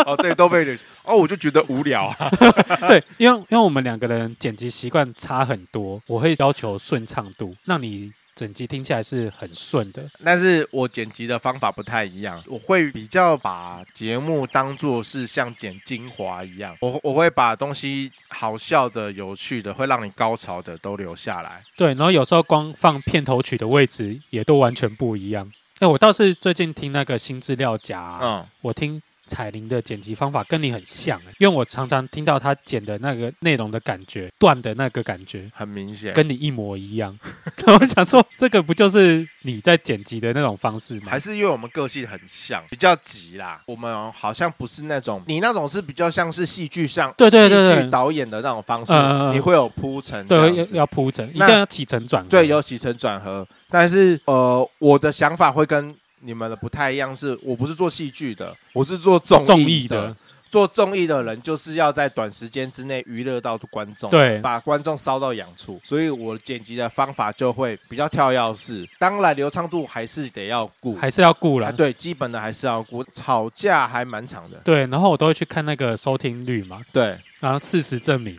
[SPEAKER 1] 哦，对，都被你哦，我就觉得无聊啊。
[SPEAKER 2] (laughs) 对，因为因为我们两个人剪辑习惯差很多，我会要求顺畅度，让你整集听起来是很顺的。
[SPEAKER 1] 但是我剪辑的方法不太一样，我会比较把节目当做是像剪精华一样，我我会把东西好笑的、有趣的、会让你高潮的都留下来。
[SPEAKER 2] 对，然后有时候光放片头曲的位置也都完全不一样。哎，我倒是最近听那个新资料夹啊、
[SPEAKER 1] 嗯，
[SPEAKER 2] 我听彩铃的剪辑方法跟你很像、欸，因为我常常听到她剪的那个内容的感觉，断的那个感觉。
[SPEAKER 1] 很明显，
[SPEAKER 2] 跟你一模一样， (laughs) 然后我想说，这个不就是你在剪辑的那种方式吗
[SPEAKER 1] 还？是因为我们个性很像，比较急啦。我们好像不是那种，你那种是比较像是戏剧上，
[SPEAKER 2] 对对对
[SPEAKER 1] 戏
[SPEAKER 2] 对
[SPEAKER 1] 剧导演的那种方式，
[SPEAKER 2] 嗯嗯嗯
[SPEAKER 1] 你会有铺陈这
[SPEAKER 2] 对，要
[SPEAKER 1] 样子，
[SPEAKER 2] 要铺陈，一定
[SPEAKER 1] 那
[SPEAKER 2] 要起承转合。
[SPEAKER 1] 对，有起承转合。但是呃，我的想法会跟你们的不太一样，是我不是做戏剧的，我是做综
[SPEAKER 2] 综
[SPEAKER 1] 艺
[SPEAKER 2] 艺的，
[SPEAKER 1] 做综艺的人就是要在短时间之内娱乐到观众，
[SPEAKER 2] 对
[SPEAKER 1] 把观众烧到痒处，所以我剪辑的方法就会比较跳跃式，当然流畅度还是得要顾，
[SPEAKER 2] 还是要顾
[SPEAKER 1] 啊，
[SPEAKER 2] 啦。
[SPEAKER 1] 对，基本的还是要估。吵架还蛮长的，
[SPEAKER 2] 对，然后我都会去看那个收听率嘛，
[SPEAKER 1] 对，
[SPEAKER 2] 然后事实证明，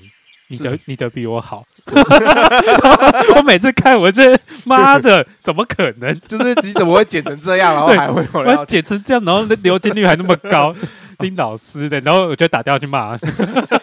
[SPEAKER 2] 你
[SPEAKER 1] 事
[SPEAKER 2] 的你的比我好。 (laughs) 我每次看，我这
[SPEAKER 1] (laughs)
[SPEAKER 2] 妈的，怎么可能？
[SPEAKER 1] 就是你怎么会剪成这样，然后
[SPEAKER 2] 对
[SPEAKER 1] 还会有人
[SPEAKER 2] 我
[SPEAKER 1] 要
[SPEAKER 2] 剪成这样，然后流听率还那么高， (laughs) 听老师的，然后我就打电话去骂，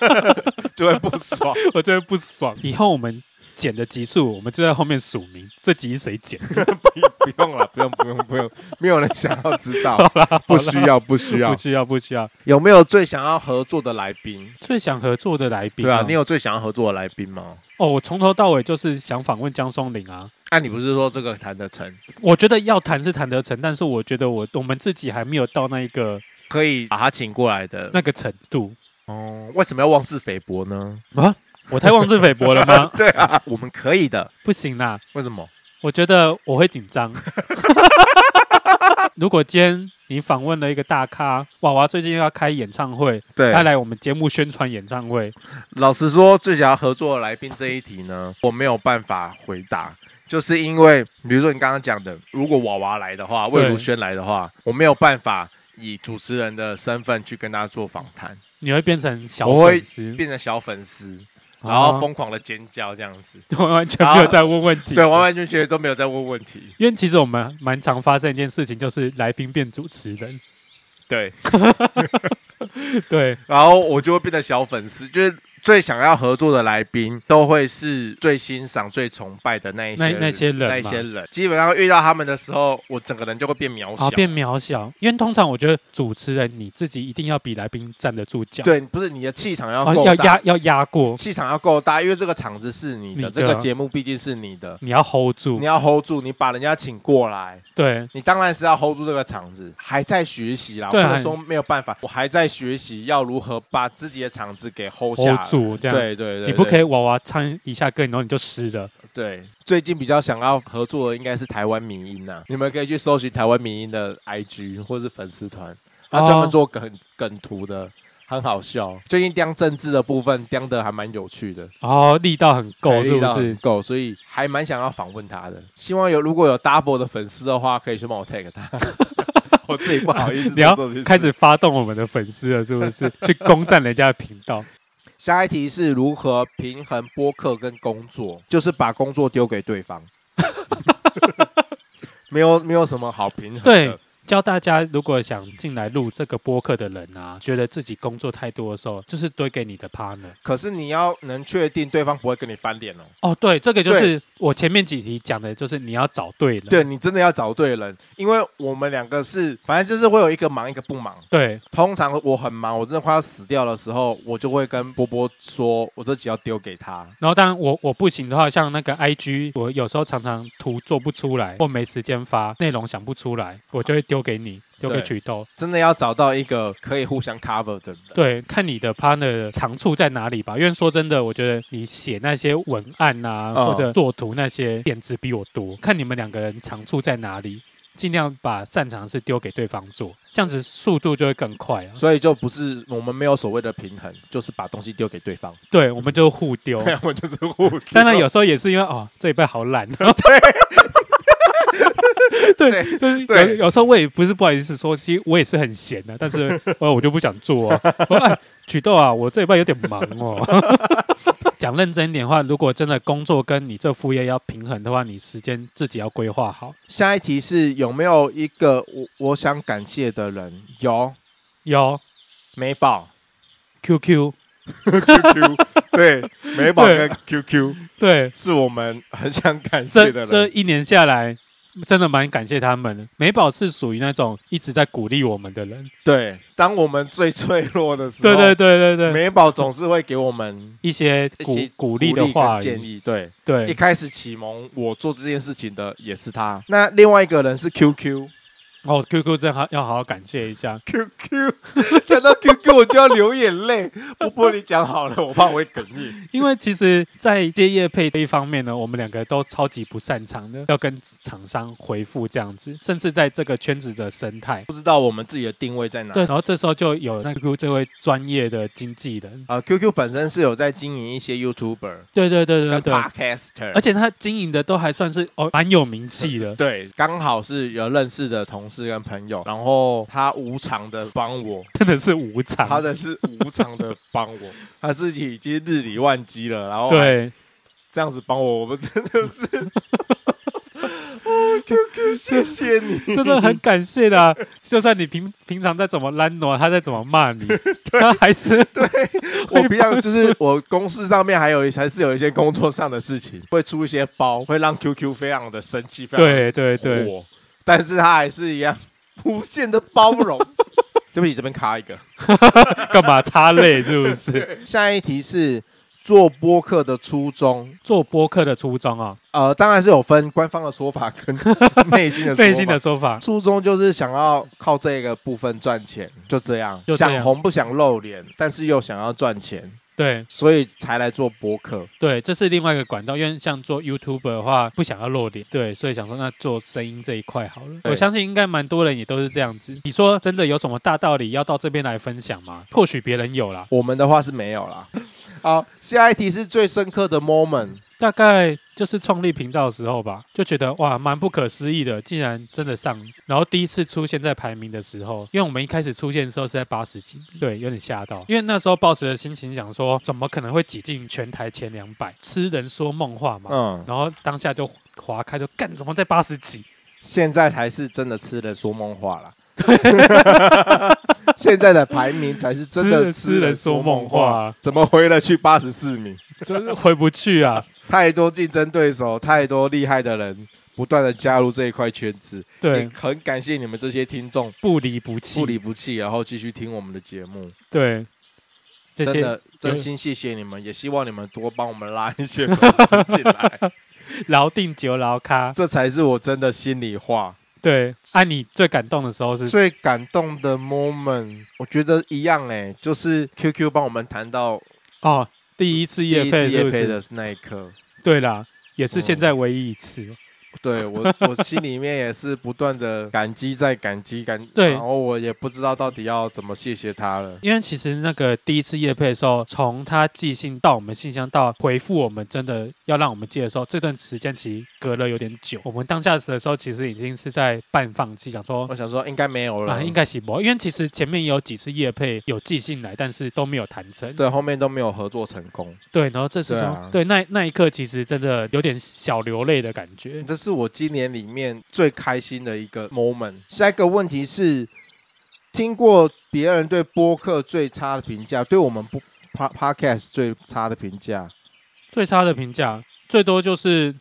[SPEAKER 2] (laughs)
[SPEAKER 1] 就会不爽。
[SPEAKER 2] 我真的不爽。以后我们剪的集数，我们就在后面署名，这集是谁剪？
[SPEAKER 1] (laughs) 不用了，不用，不用，不用，没有人想要知 (laughs) 道，不需要，不需
[SPEAKER 2] 不
[SPEAKER 1] 要。
[SPEAKER 2] 需要，不需要。
[SPEAKER 1] 有没有最想要合作的来宾？
[SPEAKER 2] 最想合作的来宾哦，
[SPEAKER 1] 对啊，你有最想要合作的来宾吗？
[SPEAKER 2] 哦，我从头到尾就是想访问江松林啊。
[SPEAKER 1] 那、你不是说这个谈得成，
[SPEAKER 2] 我觉得要谈是谈得成，但是我觉得我我们自己还没有到那一个
[SPEAKER 1] 可以把他请过来的？
[SPEAKER 2] 那个程度
[SPEAKER 1] 哦，为什么要妄自菲薄呢？？
[SPEAKER 2] 啊。我太妄自菲薄了吗
[SPEAKER 1] 对啊，我们可以的。
[SPEAKER 2] 不行啦，
[SPEAKER 1] 为什么？
[SPEAKER 2] 我觉得我会紧张。 (laughs) 如果今天你访问了一个大咖，娃娃最近要开演唱会，
[SPEAKER 1] 对
[SPEAKER 2] 他来我们节目宣传演唱会，
[SPEAKER 1] 啊老实说，最想要合作的来宾这一题呢，我没有办法回答，就是因为比如说你刚刚讲的，如果娃娃来的话，
[SPEAKER 2] 对
[SPEAKER 1] 魏如萱来的话，我没有办法以主持人的身份去跟他做访谈，
[SPEAKER 2] 你会变成小
[SPEAKER 1] 我会
[SPEAKER 2] 粉丝，
[SPEAKER 1] 变成小粉丝，
[SPEAKER 2] 啊
[SPEAKER 1] 然后
[SPEAKER 2] 疯，
[SPEAKER 1] 疯狂的尖叫这样子，
[SPEAKER 2] 我完全没有在问问题。
[SPEAKER 1] 对，完完全全都没有在问问题，
[SPEAKER 2] 因为其实我们蛮常发生一件事情，就是来宾变主持人。 (laughs)
[SPEAKER 1] 对，
[SPEAKER 2] 对，
[SPEAKER 1] 然后我就会变成小粉丝，就是。最想要合作的来宾，都会是最欣赏、最崇拜的那一些
[SPEAKER 2] 那那些人嘛
[SPEAKER 1] 那一些人。基本上遇到他们的时候，我整个人就会变渺小
[SPEAKER 2] 哦，，变渺小，因为通常我觉得主持人你自己一定要比来宾站得住脚，
[SPEAKER 1] 对，不是你的气场要
[SPEAKER 2] 哦，
[SPEAKER 1] 够
[SPEAKER 2] 要
[SPEAKER 1] 大，
[SPEAKER 2] 压要压过，
[SPEAKER 1] 气场要够大，因为这个场子是你
[SPEAKER 2] 你的
[SPEAKER 1] 的，这个节目毕竟是你的，
[SPEAKER 2] 你要 hold 住
[SPEAKER 1] 你，要 hold 住，你把人家请过来，
[SPEAKER 2] 对
[SPEAKER 1] 你当然是要 hold 住这个场子。还在学习啦，我
[SPEAKER 2] 对
[SPEAKER 1] 不
[SPEAKER 2] 啊
[SPEAKER 1] 能说没有办法，我还在学习要如何把自己的场子给 hold 下
[SPEAKER 2] ，hold
[SPEAKER 1] 来。
[SPEAKER 2] 住这样。
[SPEAKER 1] 对对对，
[SPEAKER 2] 你不可
[SPEAKER 1] 以
[SPEAKER 2] 以娃娃唱一下歌，然后你就湿了。
[SPEAKER 1] 对。最近比较想要合作的应该是台湾民音呐、你们可以去搜寻台湾民音的 IG 或是粉丝团，他专门做梗梗图的，很好笑。最近刁政治的部分刁的还蛮有趣的。
[SPEAKER 2] 哦，力道很够，是
[SPEAKER 1] 力
[SPEAKER 2] 不
[SPEAKER 1] 道很
[SPEAKER 2] 是？
[SPEAKER 1] 够，所以还蛮想要访问他的。希望有如果有 double 的粉丝的话，可以去帮我 tag 他。 (laughs) 我自己不好意思
[SPEAKER 2] (laughs) 你要
[SPEAKER 1] 做这些事
[SPEAKER 2] 开始发动我们的粉丝了，是不是？去攻占人家的频道。
[SPEAKER 1] 下一题是如何平衡播客跟工作，就是把工作丢给对方。 (laughs) 没有没有什么好平衡的。 (laughs)
[SPEAKER 2] 对教大家，如果想进来录这个播客的人啊，觉得自己工作太多的时候，就是堆给你的 partner。
[SPEAKER 1] 可是你要能确定对方不会跟你翻脸哦。
[SPEAKER 2] 哦，对，这个就
[SPEAKER 1] 对
[SPEAKER 2] 是我前面几题讲的，就是你要找对人。
[SPEAKER 1] 对你真的要找对人，因为我们两个是，反正就是会有一个忙一个不忙。
[SPEAKER 2] 对，
[SPEAKER 1] 通常我很忙，我真的快要死掉的时候，我就会跟波波说，我这集要丢给他。
[SPEAKER 2] 然后，当然我我不行的话，像那个 I G，我有时候常常图做不出来，或没时间发，内容想不出来，我就会丢给你，丢给
[SPEAKER 1] 对
[SPEAKER 2] 曲豆，
[SPEAKER 1] 真的要找到一个可以互相 cover 的人。
[SPEAKER 2] 对，看你的 partner 的长处在哪里吧。因为说真的，我觉得你写那些文案啊，
[SPEAKER 1] 嗯
[SPEAKER 2] 或者做图那些点子比我多，看你们两个人长处在哪里，尽量把擅长的事丢给对方做，这样子速度就会更快啊。
[SPEAKER 1] 所以就不是我们没有所谓的平衡，就是把东西丢给对方，
[SPEAKER 2] 对，啊我们就互
[SPEAKER 1] (laughs)
[SPEAKER 2] 丢。
[SPEAKER 1] 我们就是互丢。
[SPEAKER 2] 当然有时候也是因为哦，这一拜好
[SPEAKER 1] (laughs)
[SPEAKER 2] 懒。
[SPEAKER 1] (laughs)
[SPEAKER 2] 对，就是有
[SPEAKER 1] 对
[SPEAKER 2] 有时候我也不是不好意思说，其实我也是很闲的、但是呃我就不想做、啊。我哎曲豆啊，我这礼拜有点忙哦。 (laughs) 讲认真一点的话，如果真的工作跟你这副业要平衡的话，你时间自己要规划好。
[SPEAKER 1] 下一题是有没有一个我我想感谢的人？有，
[SPEAKER 2] 有
[SPEAKER 1] 美宝
[SPEAKER 2] QQ，
[SPEAKER 1] ，QQ，对，美宝
[SPEAKER 2] 对
[SPEAKER 1] 跟 QQ
[SPEAKER 2] 对，
[SPEAKER 1] 是我们很想感谢的
[SPEAKER 2] 这这
[SPEAKER 1] 人。
[SPEAKER 2] 一年下来，真的蛮感谢他们的。美宝是属于那种一直在鼓励我们的人，
[SPEAKER 1] 对，当我们最脆弱的时候，
[SPEAKER 2] 对对对对对，
[SPEAKER 1] 美宝总是会给我们
[SPEAKER 2] 一些
[SPEAKER 1] 一
[SPEAKER 2] 鼓
[SPEAKER 1] 些
[SPEAKER 2] 鼓
[SPEAKER 1] 鼓
[SPEAKER 2] 励的
[SPEAKER 1] 跟
[SPEAKER 2] 话
[SPEAKER 1] 建
[SPEAKER 2] 语，
[SPEAKER 1] 议。对，一
[SPEAKER 2] 对，
[SPEAKER 1] 开始启蒙我做这件事情的也是他。那另外一个人是 QQ。
[SPEAKER 2] 哦，QQ 真好要好好感谢一下。
[SPEAKER 1] QQ，讲到 QQ 我就要流眼泪。波波，你讲好了，我怕我会哽咽。
[SPEAKER 2] 因为其实，在接业配这一方面呢，我们两个都超级不擅长的，要跟厂商回复这样子，甚至在这个圈子的生态。
[SPEAKER 1] 不知道我们自己的定位在哪？
[SPEAKER 2] 对，然后这时候就有那 Q 这位专业的经纪人，
[SPEAKER 1] 啊、q q 本身是有在经营一些 YouTuber
[SPEAKER 2] 对对对对
[SPEAKER 1] 跟
[SPEAKER 2] 对，
[SPEAKER 1] Podcaster，
[SPEAKER 2] 而且他经营的都还算是哦蛮有名气的，
[SPEAKER 1] 对，刚好是有认识的同事跟朋友，然后他无偿的帮
[SPEAKER 2] (laughs)
[SPEAKER 1] 我，
[SPEAKER 2] 真的是无偿。
[SPEAKER 1] 他的是无偿的帮我，他自己已经日理万机了，然后
[SPEAKER 2] 对，
[SPEAKER 1] 这样子帮我，我们真的是啊，QQ，谢谢 (laughs) 你，
[SPEAKER 2] 真的很感谢啦。 (laughs) 就算你平平常再怎么懒惰，他再怎么骂
[SPEAKER 1] (laughs)
[SPEAKER 2] 你，他还是
[SPEAKER 1] 我平常就是我公司上面还有一还是有一些工作上的事情，会出一些包，会让 QQ 非常的生气，非常
[SPEAKER 2] 对对
[SPEAKER 1] 的
[SPEAKER 2] 对，
[SPEAKER 1] 火，但是他还是一样无限的包容。 (laughs) 对不起，这边卡一个。
[SPEAKER 2] 干嘛擦泪是不是？
[SPEAKER 1] 下一题是做播客的初衷，
[SPEAKER 2] 做播客的初衷啊，
[SPEAKER 1] 呃，当然是有分官方的说法跟 (laughs) 内心的说法
[SPEAKER 2] 内心的说法，
[SPEAKER 1] 初衷就是想要靠这个部分赚钱，就这样，
[SPEAKER 2] 就这样
[SPEAKER 1] 想红不想露脸，但是又想要赚钱，
[SPEAKER 2] 对。
[SPEAKER 1] 所以才来做播客。
[SPEAKER 2] 对，这是另外一个管道，因为像做 YouTube 的话，不想要露脸，对，所以想说那做声音这一块好了。
[SPEAKER 1] 对
[SPEAKER 2] 我相信应该蛮多人也都是这样子。你说真的有什么大道理要到这边来分享吗？或许别人有啦，
[SPEAKER 1] 我们的话是没有啦。 (laughs) 好，下一题是最深刻的 moment，
[SPEAKER 2] 大概就是创立频道的时候吧，就觉得哇，蛮不可思议的，竟然真的上。然后第一次出现在排名的时候，因为我们一开始出现的时候是在八十几，对，有点吓到，因为那时候抱持的心情想说，怎么可能会挤进全台前两百？痴人说梦话嘛。
[SPEAKER 1] 嗯，
[SPEAKER 2] 然后当下就划开，就干怎么在八十几？
[SPEAKER 1] 现在才是真的吃人说梦话啦。
[SPEAKER 2] (laughs)
[SPEAKER 1] 现在的排名才是真的
[SPEAKER 2] 痴人说梦，话，
[SPEAKER 1] 怎么回了去八十四名？
[SPEAKER 2] 真是回不
[SPEAKER 1] (laughs)
[SPEAKER 2] 去啊！
[SPEAKER 1] 太多竞争对手，太多厉害的人不断的加入这一块圈子。
[SPEAKER 2] 对
[SPEAKER 1] 也，很感谢你们这些听众
[SPEAKER 2] 不离不弃，
[SPEAKER 1] 不离不弃，然后继续听我们的节目。
[SPEAKER 2] 对，这
[SPEAKER 1] 真
[SPEAKER 2] 些
[SPEAKER 1] 的真心谢谢你们，也希望你们多帮我们拉一些粉丝进
[SPEAKER 2] (laughs)
[SPEAKER 1] 来，
[SPEAKER 2] 牢定久牢咖。
[SPEAKER 1] 这才是我真的心里话。
[SPEAKER 2] 对，啊，你最感动的时候是
[SPEAKER 1] 最感动的 moment，我觉得一样哎、就是 QQ 帮我们谈到
[SPEAKER 2] 哦，第一次
[SPEAKER 1] 第
[SPEAKER 2] 夜
[SPEAKER 1] 一
[SPEAKER 2] 配
[SPEAKER 1] 次
[SPEAKER 2] 是
[SPEAKER 1] 夜
[SPEAKER 2] 不
[SPEAKER 1] 配
[SPEAKER 2] 是？
[SPEAKER 1] 的那一刻。
[SPEAKER 2] 对啦，也是
[SPEAKER 1] 嗯
[SPEAKER 2] 现在唯一一次。哦
[SPEAKER 1] 对我， (laughs) 我心里面也是不断的感激，在感激感，
[SPEAKER 2] 对
[SPEAKER 1] 然后我也不知道到底要怎么谢谢他了。
[SPEAKER 2] 因为其实那个第一次夜配的时候，从他寄信到我们信箱到回复我们，真的要让我们寄的时候，这段时间其实隔了有点久。我们当下的时候，其实已经是在半放弃，想说
[SPEAKER 1] 我想说应该没有了，
[SPEAKER 2] 啊，应该是不，因为其实前面也有几次业配有寄信来，但是都没有谈成。
[SPEAKER 1] 对后面都没有合作成功。
[SPEAKER 2] 对，然后这时
[SPEAKER 1] 对
[SPEAKER 2] 候，
[SPEAKER 1] 啊
[SPEAKER 2] 对那那一刻，其实真的有点小流泪的感觉。
[SPEAKER 1] 这是我今年里面最开心的一个 moment。下一个问题是，听过别人对播客最差的评价，对我们不 pa- podcast 最差的评价，
[SPEAKER 2] 最差的评价，最多就是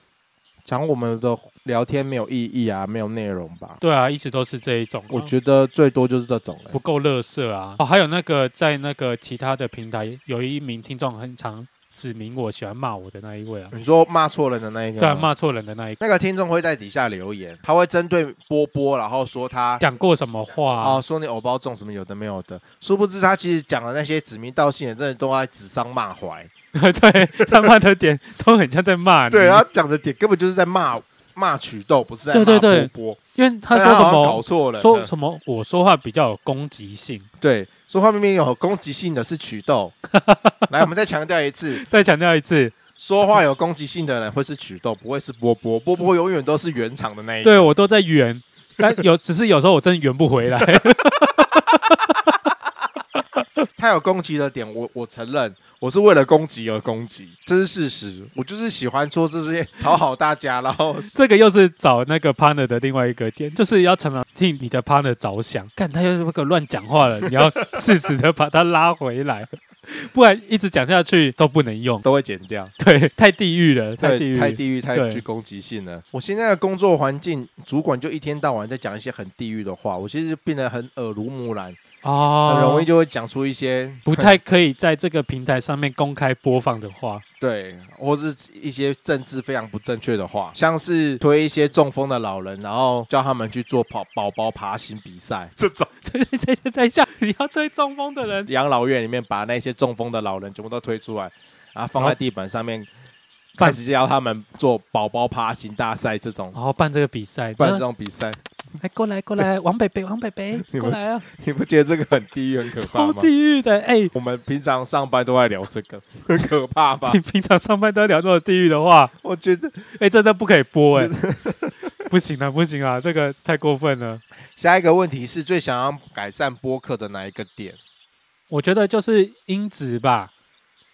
[SPEAKER 1] 讲我们的聊天没有意义啊，没有内容吧？
[SPEAKER 2] 对啊，一直都是这一种。
[SPEAKER 1] 我觉得最多就是这种、
[SPEAKER 2] 不
[SPEAKER 1] 欸。
[SPEAKER 2] 够乐色啊。哦，还有那个在那个其他的平台，有一名听众很常指明我喜欢骂我的那一位啊，
[SPEAKER 1] 你说骂错人的那一个
[SPEAKER 2] 对啊，
[SPEAKER 1] 吗，
[SPEAKER 2] 骂错人的那一个，
[SPEAKER 1] 那个听众会在底下留言，他会针对波波，然后说他。
[SPEAKER 2] 讲过什么话、啊
[SPEAKER 1] 哦，说你偶包重什么有的没有的，殊不知他其实讲的那些指名道姓的，真的都在指桑骂槐。
[SPEAKER 2] (laughs) 对他骂的点都很像在骂啊你。
[SPEAKER 1] 对，他啊讲的点根本就是在骂骂曲豆，不是在
[SPEAKER 2] 对
[SPEAKER 1] 骂
[SPEAKER 2] 对
[SPEAKER 1] 波波。
[SPEAKER 2] 对因为他
[SPEAKER 1] 但
[SPEAKER 2] 说
[SPEAKER 1] 哎好
[SPEAKER 2] 什
[SPEAKER 1] 像
[SPEAKER 2] 么
[SPEAKER 1] 搞错了？
[SPEAKER 2] 说什么我说话比较有攻击性。
[SPEAKER 1] 对，说话明明有攻击性的是曲豆。来，我们再强调一次，
[SPEAKER 2] 再强调一次，
[SPEAKER 1] 说话有攻击性的人会是曲豆，不会是波波。波波永远都是圆场的那一个。
[SPEAKER 2] 对我都在圆，但有只是有时候我真的圆不回来。
[SPEAKER 1] 他有攻击的点，我我承认，我是为了攻击而攻击，这是事实。我就是喜欢做这些讨好大家，然后
[SPEAKER 2] 这个又是找那个 partner 的另外一个点，就是要常常替你的 partner 着想。干，他又那个乱讲话了，你要适时的把他拉回来， (laughs) 不然一直讲下去都不能用。
[SPEAKER 1] 都会剪掉。
[SPEAKER 2] 对，太地狱了，太地
[SPEAKER 1] 对，
[SPEAKER 2] 狱，
[SPEAKER 1] 太地狱，太
[SPEAKER 2] 对
[SPEAKER 1] 具攻击性了。我现在的工作环境，主管就一天到晚在讲一些很地狱的话，我其实变得很耳濡目染，
[SPEAKER 2] 哦，
[SPEAKER 1] 很容易就会讲出一些
[SPEAKER 2] 不太可以在这个平台上面公开播放的话，
[SPEAKER 1] 对，或是一些政治非常不正确的话，像是推一些中风的老人，然后叫他们去做跑宝宝爬行比赛这种。
[SPEAKER 2] 对对对， (laughs) 等一下，你要对中风的人，
[SPEAKER 1] 养老院里面把那些中风的老人全部都推出来，然后放在地板上面，
[SPEAKER 2] 办
[SPEAKER 1] 开始教他们做宝宝爬行大赛这种，
[SPEAKER 2] 然后哦办这个比赛，
[SPEAKER 1] 办这种比赛，
[SPEAKER 2] 来过来过来，王北北王北 (laughs) 北
[SPEAKER 1] 你们
[SPEAKER 2] 过来啊，
[SPEAKER 1] 你不觉得这个很地狱、很可怕
[SPEAKER 2] 超
[SPEAKER 1] 吗？
[SPEAKER 2] 地狱的，哎、
[SPEAKER 1] 我们平常上班都在聊这个， (laughs) 很可怕吧
[SPEAKER 2] 你？平常上班都要聊这种地狱的话，
[SPEAKER 1] 我觉得
[SPEAKER 2] (laughs) 哎、真的不可以播哎、 (laughs) 不行啊不行啊，这个太过分了。
[SPEAKER 1] 下一个问题是最想要改善播客的哪一个点？
[SPEAKER 2] 我觉得就是音质吧，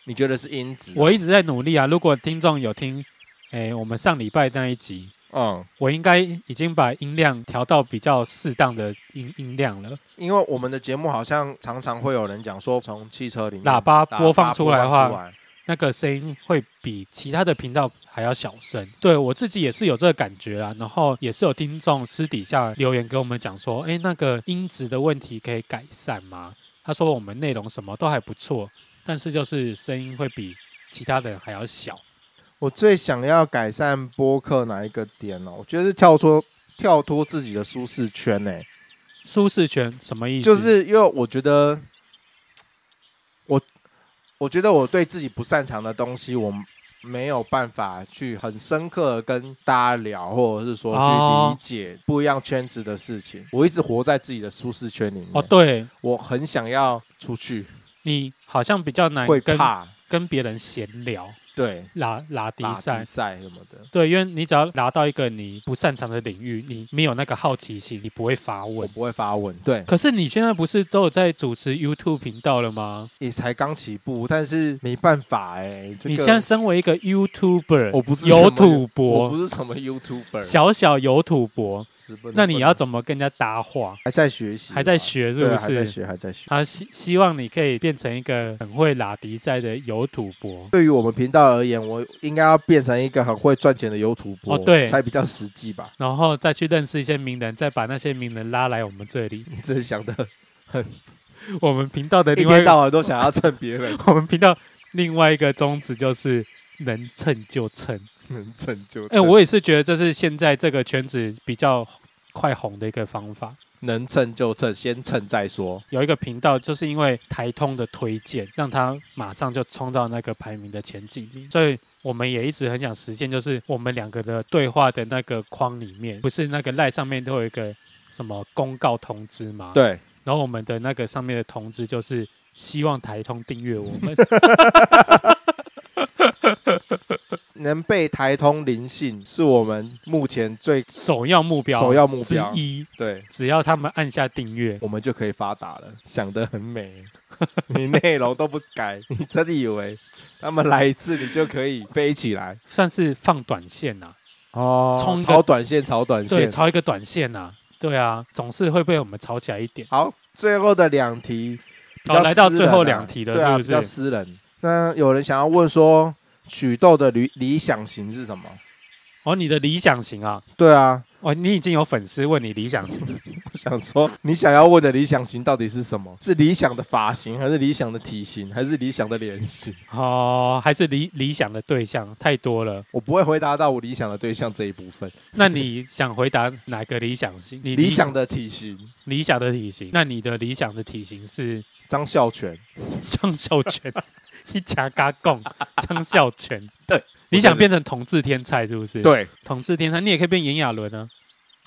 [SPEAKER 1] 你觉得是音质？
[SPEAKER 2] 我一直在努力啊。如果听众有听，哎、我们上礼拜那一集，
[SPEAKER 1] 嗯，
[SPEAKER 2] 我应该已经把音量调到比较适当的音音量了。
[SPEAKER 1] 因为我们的节目好像常常会有人讲说，从汽车里面
[SPEAKER 2] 喇叭播放出来的话
[SPEAKER 1] 嗯播放出来
[SPEAKER 2] 那个声音会比其他的频道还要小声。对我自己也是有这个感觉啊，然后也是有听众私底下留言给我们讲说，诶，那个音质的问题可以改善吗？他说我们内容什么都还不错，但是就是声音会比其他人还要小。
[SPEAKER 1] 我最想要改善播客哪一个点呢、哦我觉得是跳脱跳脱自己的舒适圈呢、欸
[SPEAKER 2] 舒适圈什么意思？
[SPEAKER 1] 就是因为我觉得我我觉得我对自己不擅长的东西，我没有办法去很深刻的跟大家聊，或者是说去
[SPEAKER 2] 哦
[SPEAKER 1] 理解不一样圈子的事情。我一直活在自己的舒适圈里面，
[SPEAKER 2] 哦，对
[SPEAKER 1] 我很想要出去，
[SPEAKER 2] 你好像比较难
[SPEAKER 1] 会
[SPEAKER 2] 哎跟
[SPEAKER 1] 怕。
[SPEAKER 2] 跟别人闲聊
[SPEAKER 1] 对，
[SPEAKER 2] 拉拉低
[SPEAKER 1] 打
[SPEAKER 2] 赛
[SPEAKER 1] 比。赛什么的，
[SPEAKER 2] 对，因为你只要拿到一个你不擅长的领域，你没有那个好奇心，你不会发
[SPEAKER 1] 我
[SPEAKER 2] 问。
[SPEAKER 1] 不会发文。对，
[SPEAKER 2] 可是你现在不是都有在主持 YouTube 频道了吗？
[SPEAKER 1] 也才刚起步，但是没办法哎、这个哦
[SPEAKER 2] 你现在身为一个 YouTuber，
[SPEAKER 1] 我不是
[SPEAKER 2] 有
[SPEAKER 1] 什么
[SPEAKER 2] 土
[SPEAKER 1] 我
[SPEAKER 2] 博，
[SPEAKER 1] 不是什么 YouTuber，
[SPEAKER 2] 小小有土博，
[SPEAKER 1] 十分
[SPEAKER 2] 那你要
[SPEAKER 1] 笨
[SPEAKER 2] 怎么跟人家搭话？
[SPEAKER 1] 还在学习吧，
[SPEAKER 2] 还在学是
[SPEAKER 1] 啊对
[SPEAKER 2] 不
[SPEAKER 1] 还在
[SPEAKER 2] 是？
[SPEAKER 1] 学，还在学。
[SPEAKER 2] 他希希望你可以变成一个很会拉迪赛的有土博。
[SPEAKER 1] 对于我们频道而言，我应该要变成一个很会赚钱的 YouTuber，、
[SPEAKER 2] 哦对
[SPEAKER 1] 才比较实际吧？
[SPEAKER 2] 然后再去认识一些名人，再把那些名人拉来我们这里。 (laughs)
[SPEAKER 1] 你真的想的，
[SPEAKER 2] 我们频道的
[SPEAKER 1] 一
[SPEAKER 2] 另外
[SPEAKER 1] 天
[SPEAKER 2] 一个，
[SPEAKER 1] 到晚都想要蹭别人， (laughs)
[SPEAKER 2] 我们频道另外一个宗旨就是能蹭就
[SPEAKER 1] (laughs)
[SPEAKER 2] 蹭。
[SPEAKER 1] 能蹭就
[SPEAKER 2] 哎、
[SPEAKER 1] 蹭
[SPEAKER 2] 我也是觉得这是现在这个圈子比较快红的一个方法。
[SPEAKER 1] 能蹭就蹭，先蹭再说。
[SPEAKER 2] 有一个频道，就是因为台通的推荐，让他马上就冲到那个排名的前几名，所以。我们也一直很想实现，就是我们两个的对话的那个框里面，不是那个赖上面都有一个什么公告通知吗？。
[SPEAKER 1] 对，
[SPEAKER 2] 然后我们的那个上面的通知就是希望台通订阅我们。
[SPEAKER 1] 能被台通灵性是我们目前最
[SPEAKER 2] 首要目标，
[SPEAKER 1] (laughs) 首要目
[SPEAKER 2] 之
[SPEAKER 1] 标。
[SPEAKER 2] 一，
[SPEAKER 1] 对，
[SPEAKER 2] 只要他们按下订阅，
[SPEAKER 1] 我们就可以发达了，想得很美。 (laughs) 你内容都不改，你真的以为他们来一次你就可以飞起来？
[SPEAKER 2] 算是放短线呐、
[SPEAKER 1] 哦
[SPEAKER 2] 冲一个
[SPEAKER 1] 超短线，超短
[SPEAKER 2] 对，
[SPEAKER 1] 线。
[SPEAKER 2] 抄一个短线呐、对啊，总是会被我们吵起来一点。
[SPEAKER 1] 好，最后的两题，比较
[SPEAKER 2] 哦来到
[SPEAKER 1] 私
[SPEAKER 2] 最
[SPEAKER 1] 人
[SPEAKER 2] 后
[SPEAKER 1] 啊
[SPEAKER 2] 两题了
[SPEAKER 1] 对啊，
[SPEAKER 2] 是不
[SPEAKER 1] 比较
[SPEAKER 2] 是
[SPEAKER 1] 私人。那有人想要问说，曲豆的理理想型是什么？
[SPEAKER 2] 哦，你的理想型啊，
[SPEAKER 1] 对啊， (laughs)
[SPEAKER 2] 哦，你已经有粉丝问你理想型了，
[SPEAKER 1] 我想说你想要问的理想型到底是什么？是理想的发型，还是理想的体型，还是理想的脸型？
[SPEAKER 2] 哦，还是理理想的对象太多了。
[SPEAKER 1] 我不会回答到我理想的对象这一部分。
[SPEAKER 2] 那你想回答哪个理想型？你
[SPEAKER 1] 理想的体型，
[SPEAKER 2] 理想的体型，那你的理想的体型是
[SPEAKER 1] 张孝全。
[SPEAKER 2] 张孝全， (laughs) 一夹嘎贡，张孝全。
[SPEAKER 1] (laughs) 对，
[SPEAKER 2] 你想变成统治天才是不是？，
[SPEAKER 1] 对，
[SPEAKER 2] 统治天才，你也可以变炎亚纶啊，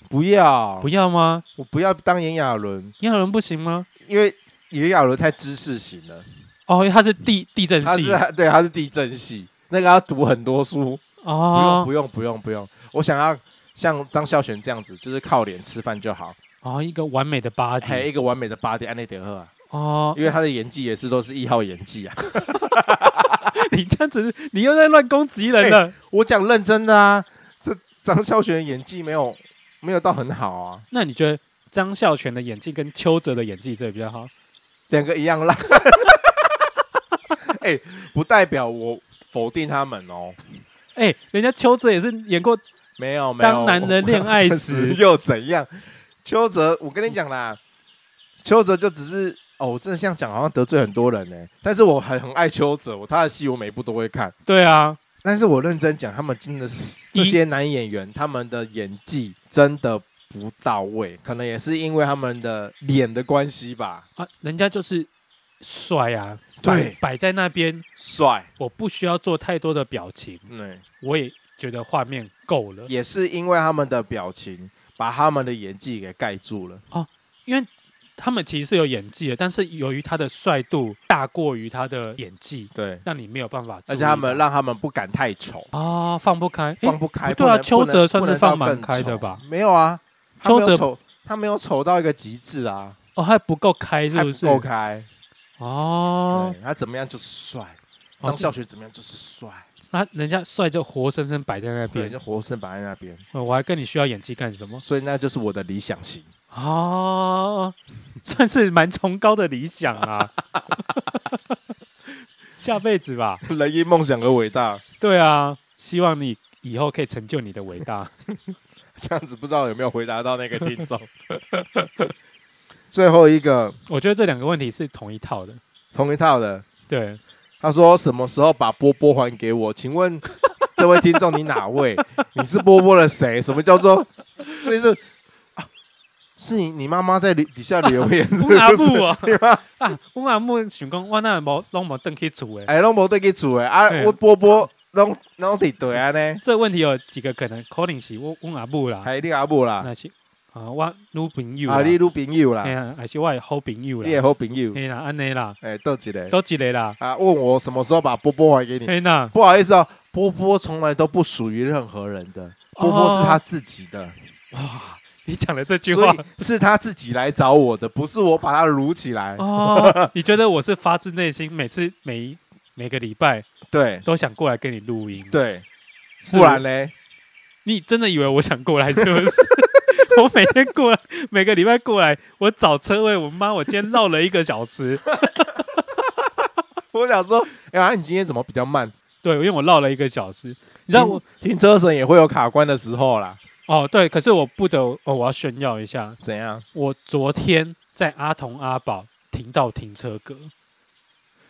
[SPEAKER 1] 不要，
[SPEAKER 2] 不要吗？
[SPEAKER 1] 我不要当炎亚纶，
[SPEAKER 2] 炎亚纶不行吗？
[SPEAKER 1] 因为炎亚纶太知识型了。
[SPEAKER 2] 哦，他是地地震
[SPEAKER 1] 他
[SPEAKER 2] 系
[SPEAKER 1] 是对，他是地震系，那个要读很多书。不用
[SPEAKER 2] 哦
[SPEAKER 1] 不用不用不用，我想要像张孝全这样子，就是靠脸吃饭就好，
[SPEAKER 2] 哦，一个完美的 body，
[SPEAKER 1] 还有一个完美的 body 安内德赫啊，
[SPEAKER 2] 哦， (laughs)
[SPEAKER 1] 因为他的演技也是都是一号演技啊。 (laughs)
[SPEAKER 2] 你这样子，你又在乱攻击人了。
[SPEAKER 1] 我讲认真的啊，这张孝全的演技没有没有到很好啊，
[SPEAKER 2] 那你觉得张孝全的演技跟邱泽的演技谁比较好？
[SPEAKER 1] 两个一样烂。 (laughs) 哎、不代表我否定他们哦，
[SPEAKER 2] 哎、人家邱泽也是演过《
[SPEAKER 1] 没有没有。
[SPEAKER 2] 当男人恋爱时
[SPEAKER 1] 死》 (laughs) 又怎样？邱泽，我跟你讲啦，邱泽就只是哦，我真的这样讲好像得罪很多人呢、但是我很很爱邱泽，我他的戏我每一部都会看。
[SPEAKER 2] 对啊，
[SPEAKER 1] 但是我认真讲，他们真的是
[SPEAKER 2] 一
[SPEAKER 1] 这些男演员，他们的演技真的不到位，可能也是因为他们的脸的关系吧。
[SPEAKER 2] 啊，人家就是帅啊，
[SPEAKER 1] 对
[SPEAKER 2] 摆摆在那边，
[SPEAKER 1] 帅，
[SPEAKER 2] 我不需要做太多的表情，
[SPEAKER 1] 嗯，
[SPEAKER 2] 我也觉得画面够了。
[SPEAKER 1] 也是因为他们的表情把他们的演技给盖住了。
[SPEAKER 2] 他们其实是有演技的，但是由于他的帅度大过于他的演技，
[SPEAKER 1] 对，
[SPEAKER 2] 让你没有办法注意到。
[SPEAKER 1] 而且他们让他们不敢太丑。
[SPEAKER 2] 啊、放不开，诶
[SPEAKER 1] 放不开。
[SPEAKER 2] 不对啊
[SPEAKER 1] 不能
[SPEAKER 2] 邱泽算
[SPEAKER 1] 不能
[SPEAKER 2] 是
[SPEAKER 1] 不能
[SPEAKER 2] 放蛮
[SPEAKER 1] 到更
[SPEAKER 2] 开的
[SPEAKER 1] 丑
[SPEAKER 2] 吧
[SPEAKER 1] 没有啊，他
[SPEAKER 2] 邱
[SPEAKER 1] 没有
[SPEAKER 2] 泽
[SPEAKER 1] 丑，他没有丑到一个极致啊，
[SPEAKER 2] 哦还不够开是
[SPEAKER 1] 还
[SPEAKER 2] 不
[SPEAKER 1] 不
[SPEAKER 2] 是？
[SPEAKER 1] 够开。
[SPEAKER 2] 哦，
[SPEAKER 1] 对他怎么样就是帅，
[SPEAKER 2] 哦
[SPEAKER 1] 张孝全怎么样就是帅，
[SPEAKER 2] 那人家帅就活生生摆在那
[SPEAKER 1] 对，
[SPEAKER 2] 边，哦
[SPEAKER 1] 就活生摆在那边，
[SPEAKER 2] 我还跟你需要演技干什
[SPEAKER 1] (laughs)
[SPEAKER 2] 么？
[SPEAKER 1] 所以那就是我的理想型。
[SPEAKER 2] 哦， (laughs) 算是蛮崇高的理想啊， (laughs) 下辈子吧。
[SPEAKER 1] 人因梦想而伟大，
[SPEAKER 2] 对啊，希望你以后可以成就你的伟
[SPEAKER 1] (laughs)
[SPEAKER 2] 大。
[SPEAKER 1] 这样子不知道有没有回答到那个听众。 (laughs) 最后一个
[SPEAKER 2] 我觉得这两个问题是同一套的。
[SPEAKER 1] 同一套的，
[SPEAKER 2] 对，
[SPEAKER 1] 他说什么时候把波波还给我？请问 (laughs) 这位听众你哪位？你是波波的谁？什么叫做？所以是、啊、是你你妈妈在底底下留言 (laughs)
[SPEAKER 2] (laughs)
[SPEAKER 1] 是不
[SPEAKER 2] 乌阿木
[SPEAKER 1] 是？
[SPEAKER 2] 啊
[SPEAKER 1] 你妈
[SPEAKER 2] 啊，我阿木想讲，我那毛拢毛邓去煮诶。
[SPEAKER 1] 哎，拢无得去厝诶啊！
[SPEAKER 2] 嘿
[SPEAKER 1] 我波波拢拢伫对啊呢，
[SPEAKER 2] 这问题有几个可能，可能是我我阿母啦，
[SPEAKER 1] 还你阿母啦，
[SPEAKER 2] 那是啊我女朋友啦
[SPEAKER 1] 啊，你女朋友啦
[SPEAKER 2] 哎，呀，还是我的好朋友
[SPEAKER 1] 你的
[SPEAKER 2] 啦，
[SPEAKER 1] 好朋友，
[SPEAKER 2] 嘿啦，安尼啦，
[SPEAKER 1] 哎，倒一个
[SPEAKER 2] 都一个啦，
[SPEAKER 1] 啊？问我什么时候把波波还给你？
[SPEAKER 2] 嘿啦，
[SPEAKER 1] 不好意思哦，波波从来都不属于任何人的，波波是他自己的。
[SPEAKER 2] 哇，哦你讲的这句
[SPEAKER 1] 所
[SPEAKER 2] 话
[SPEAKER 1] 以是他自己来找我的，不是我把他撸起来。
[SPEAKER 2] 哦，你觉得我是发自内心，每次每一每个礼拜
[SPEAKER 1] 对
[SPEAKER 2] 都想过来跟你录音，
[SPEAKER 1] 对，
[SPEAKER 2] 是
[SPEAKER 1] 不然嘞，
[SPEAKER 2] 你真的以为我想过来是不
[SPEAKER 1] (laughs)
[SPEAKER 2] 是？我每天过来，每个礼拜过来，我找车位，我妈，我今天绕了一个小时，
[SPEAKER 1] 我想说，哎呀，你今天怎么比较慢？
[SPEAKER 2] 对，因为我绕了一个小时，你知道我
[SPEAKER 1] 停车神也会有卡关的时候啦。
[SPEAKER 2] 哦，对，可是我不得哦，我要炫耀一下，
[SPEAKER 1] 怎样？
[SPEAKER 2] 我昨天在阿童阿宝停到停车格，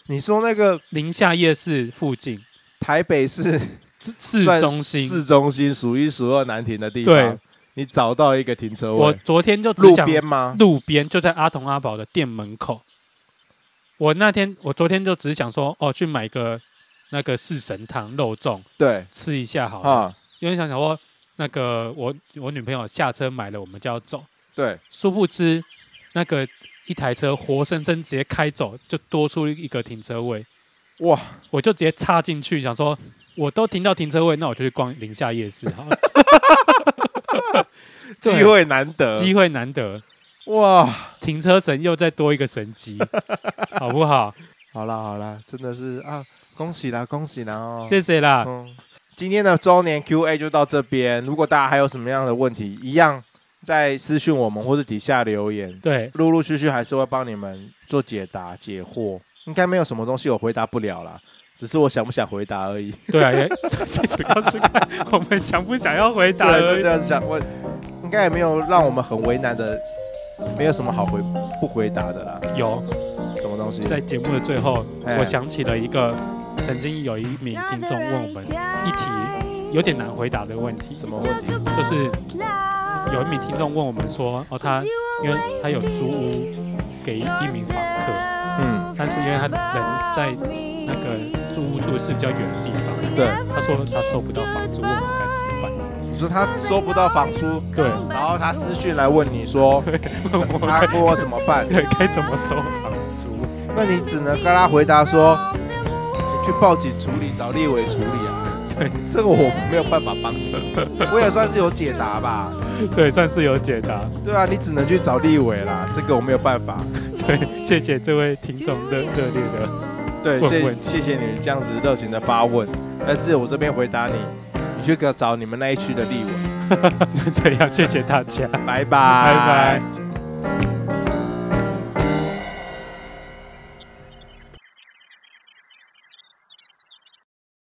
[SPEAKER 1] 你说那个
[SPEAKER 2] 宁夏夜市附近
[SPEAKER 1] 台北市
[SPEAKER 2] 市市
[SPEAKER 1] 算
[SPEAKER 2] 中心，
[SPEAKER 1] 市中心数一数二难停的地
[SPEAKER 2] 对
[SPEAKER 1] 方，你找到一个停车
[SPEAKER 2] 我
[SPEAKER 1] 位，
[SPEAKER 2] 昨天就只
[SPEAKER 1] 路
[SPEAKER 2] 想
[SPEAKER 1] 边吗？
[SPEAKER 2] 路边就在阿童阿宝的店门口。我那天我昨天就只想说，哦，去买个那个四神汤肉粽
[SPEAKER 1] 对，
[SPEAKER 2] 吃一下好了，
[SPEAKER 1] 啊，
[SPEAKER 2] 因为想想说那个我我女朋友下车买了，我们就要走。
[SPEAKER 1] 对，
[SPEAKER 2] 殊不知那个一台车活生生直接开走，就多出一个停车位，
[SPEAKER 1] 哇，
[SPEAKER 2] 我就直接插进去，想说我都停到停车位，那我就去逛宁夏夜市
[SPEAKER 1] (laughs)
[SPEAKER 2] 好了，
[SPEAKER 1] 机
[SPEAKER 2] 对
[SPEAKER 1] 会难得，
[SPEAKER 2] 机会难得，
[SPEAKER 1] 哇！
[SPEAKER 2] 停车神又再多一个神
[SPEAKER 1] (laughs)
[SPEAKER 2] 机，好不好？
[SPEAKER 1] 好啦好啦，真的是啊，恭喜啦恭喜啦哦！
[SPEAKER 2] 谢谢啦。
[SPEAKER 1] 嗯，今天的周年 Q&A 就到这边。如果大家还有什么样的问题，一样在私讯我们或是底下留言，
[SPEAKER 2] 对，
[SPEAKER 1] 陆陆续续还是会帮你们做解答解惑。应该没有什么东西我回答不了啦，只是我想不想回答而已。
[SPEAKER 2] 对啊，也 (laughs) 最主要是看我们想不想要回答而
[SPEAKER 1] 对，就
[SPEAKER 2] 已
[SPEAKER 1] 这。样想问，应该也没有让我们很为难的，没有什么好回不回答的啦。
[SPEAKER 2] 有
[SPEAKER 1] 什么东西？
[SPEAKER 2] 在节目的最后，
[SPEAKER 1] 哎
[SPEAKER 2] 我想起了一个曾经有一名听众问我们一题有点难回答的问题，
[SPEAKER 1] 什么问题？
[SPEAKER 2] 就是有一名听众问我们说，哦，他因为他有租屋给一名房客，
[SPEAKER 1] 嗯，
[SPEAKER 2] 但是因为他人在那个租屋处是比较远的地方，
[SPEAKER 1] 对，
[SPEAKER 2] 他说他收不到房租，问我们该怎么办？
[SPEAKER 1] 你说他收不到房租，
[SPEAKER 2] 对， (laughs)
[SPEAKER 1] 然后他私讯来问你说，
[SPEAKER 2] 问我
[SPEAKER 1] 他问我怎么办？
[SPEAKER 2] 该该怎么收房租？
[SPEAKER 1] 那你只能跟他回答说，你去报警处理，找立委处理啊。
[SPEAKER 2] 对，
[SPEAKER 1] 这个我没有办法帮你，我也算是有解答吧。
[SPEAKER 2] 对，算是有解答。
[SPEAKER 1] (laughs) 对啊，你只能去找立委啦，这个我没有办法。
[SPEAKER 2] 对，谢谢这位听众热热烈的。
[SPEAKER 1] (laughs) 对，
[SPEAKER 2] 问
[SPEAKER 1] 谢
[SPEAKER 2] 问
[SPEAKER 1] 谢谢你这样子热情的发问，但是我这边回答你，你去找你们那一区的立委，
[SPEAKER 2] 这样，谢谢大家，
[SPEAKER 1] 拜拜，拜
[SPEAKER 2] 拜拜。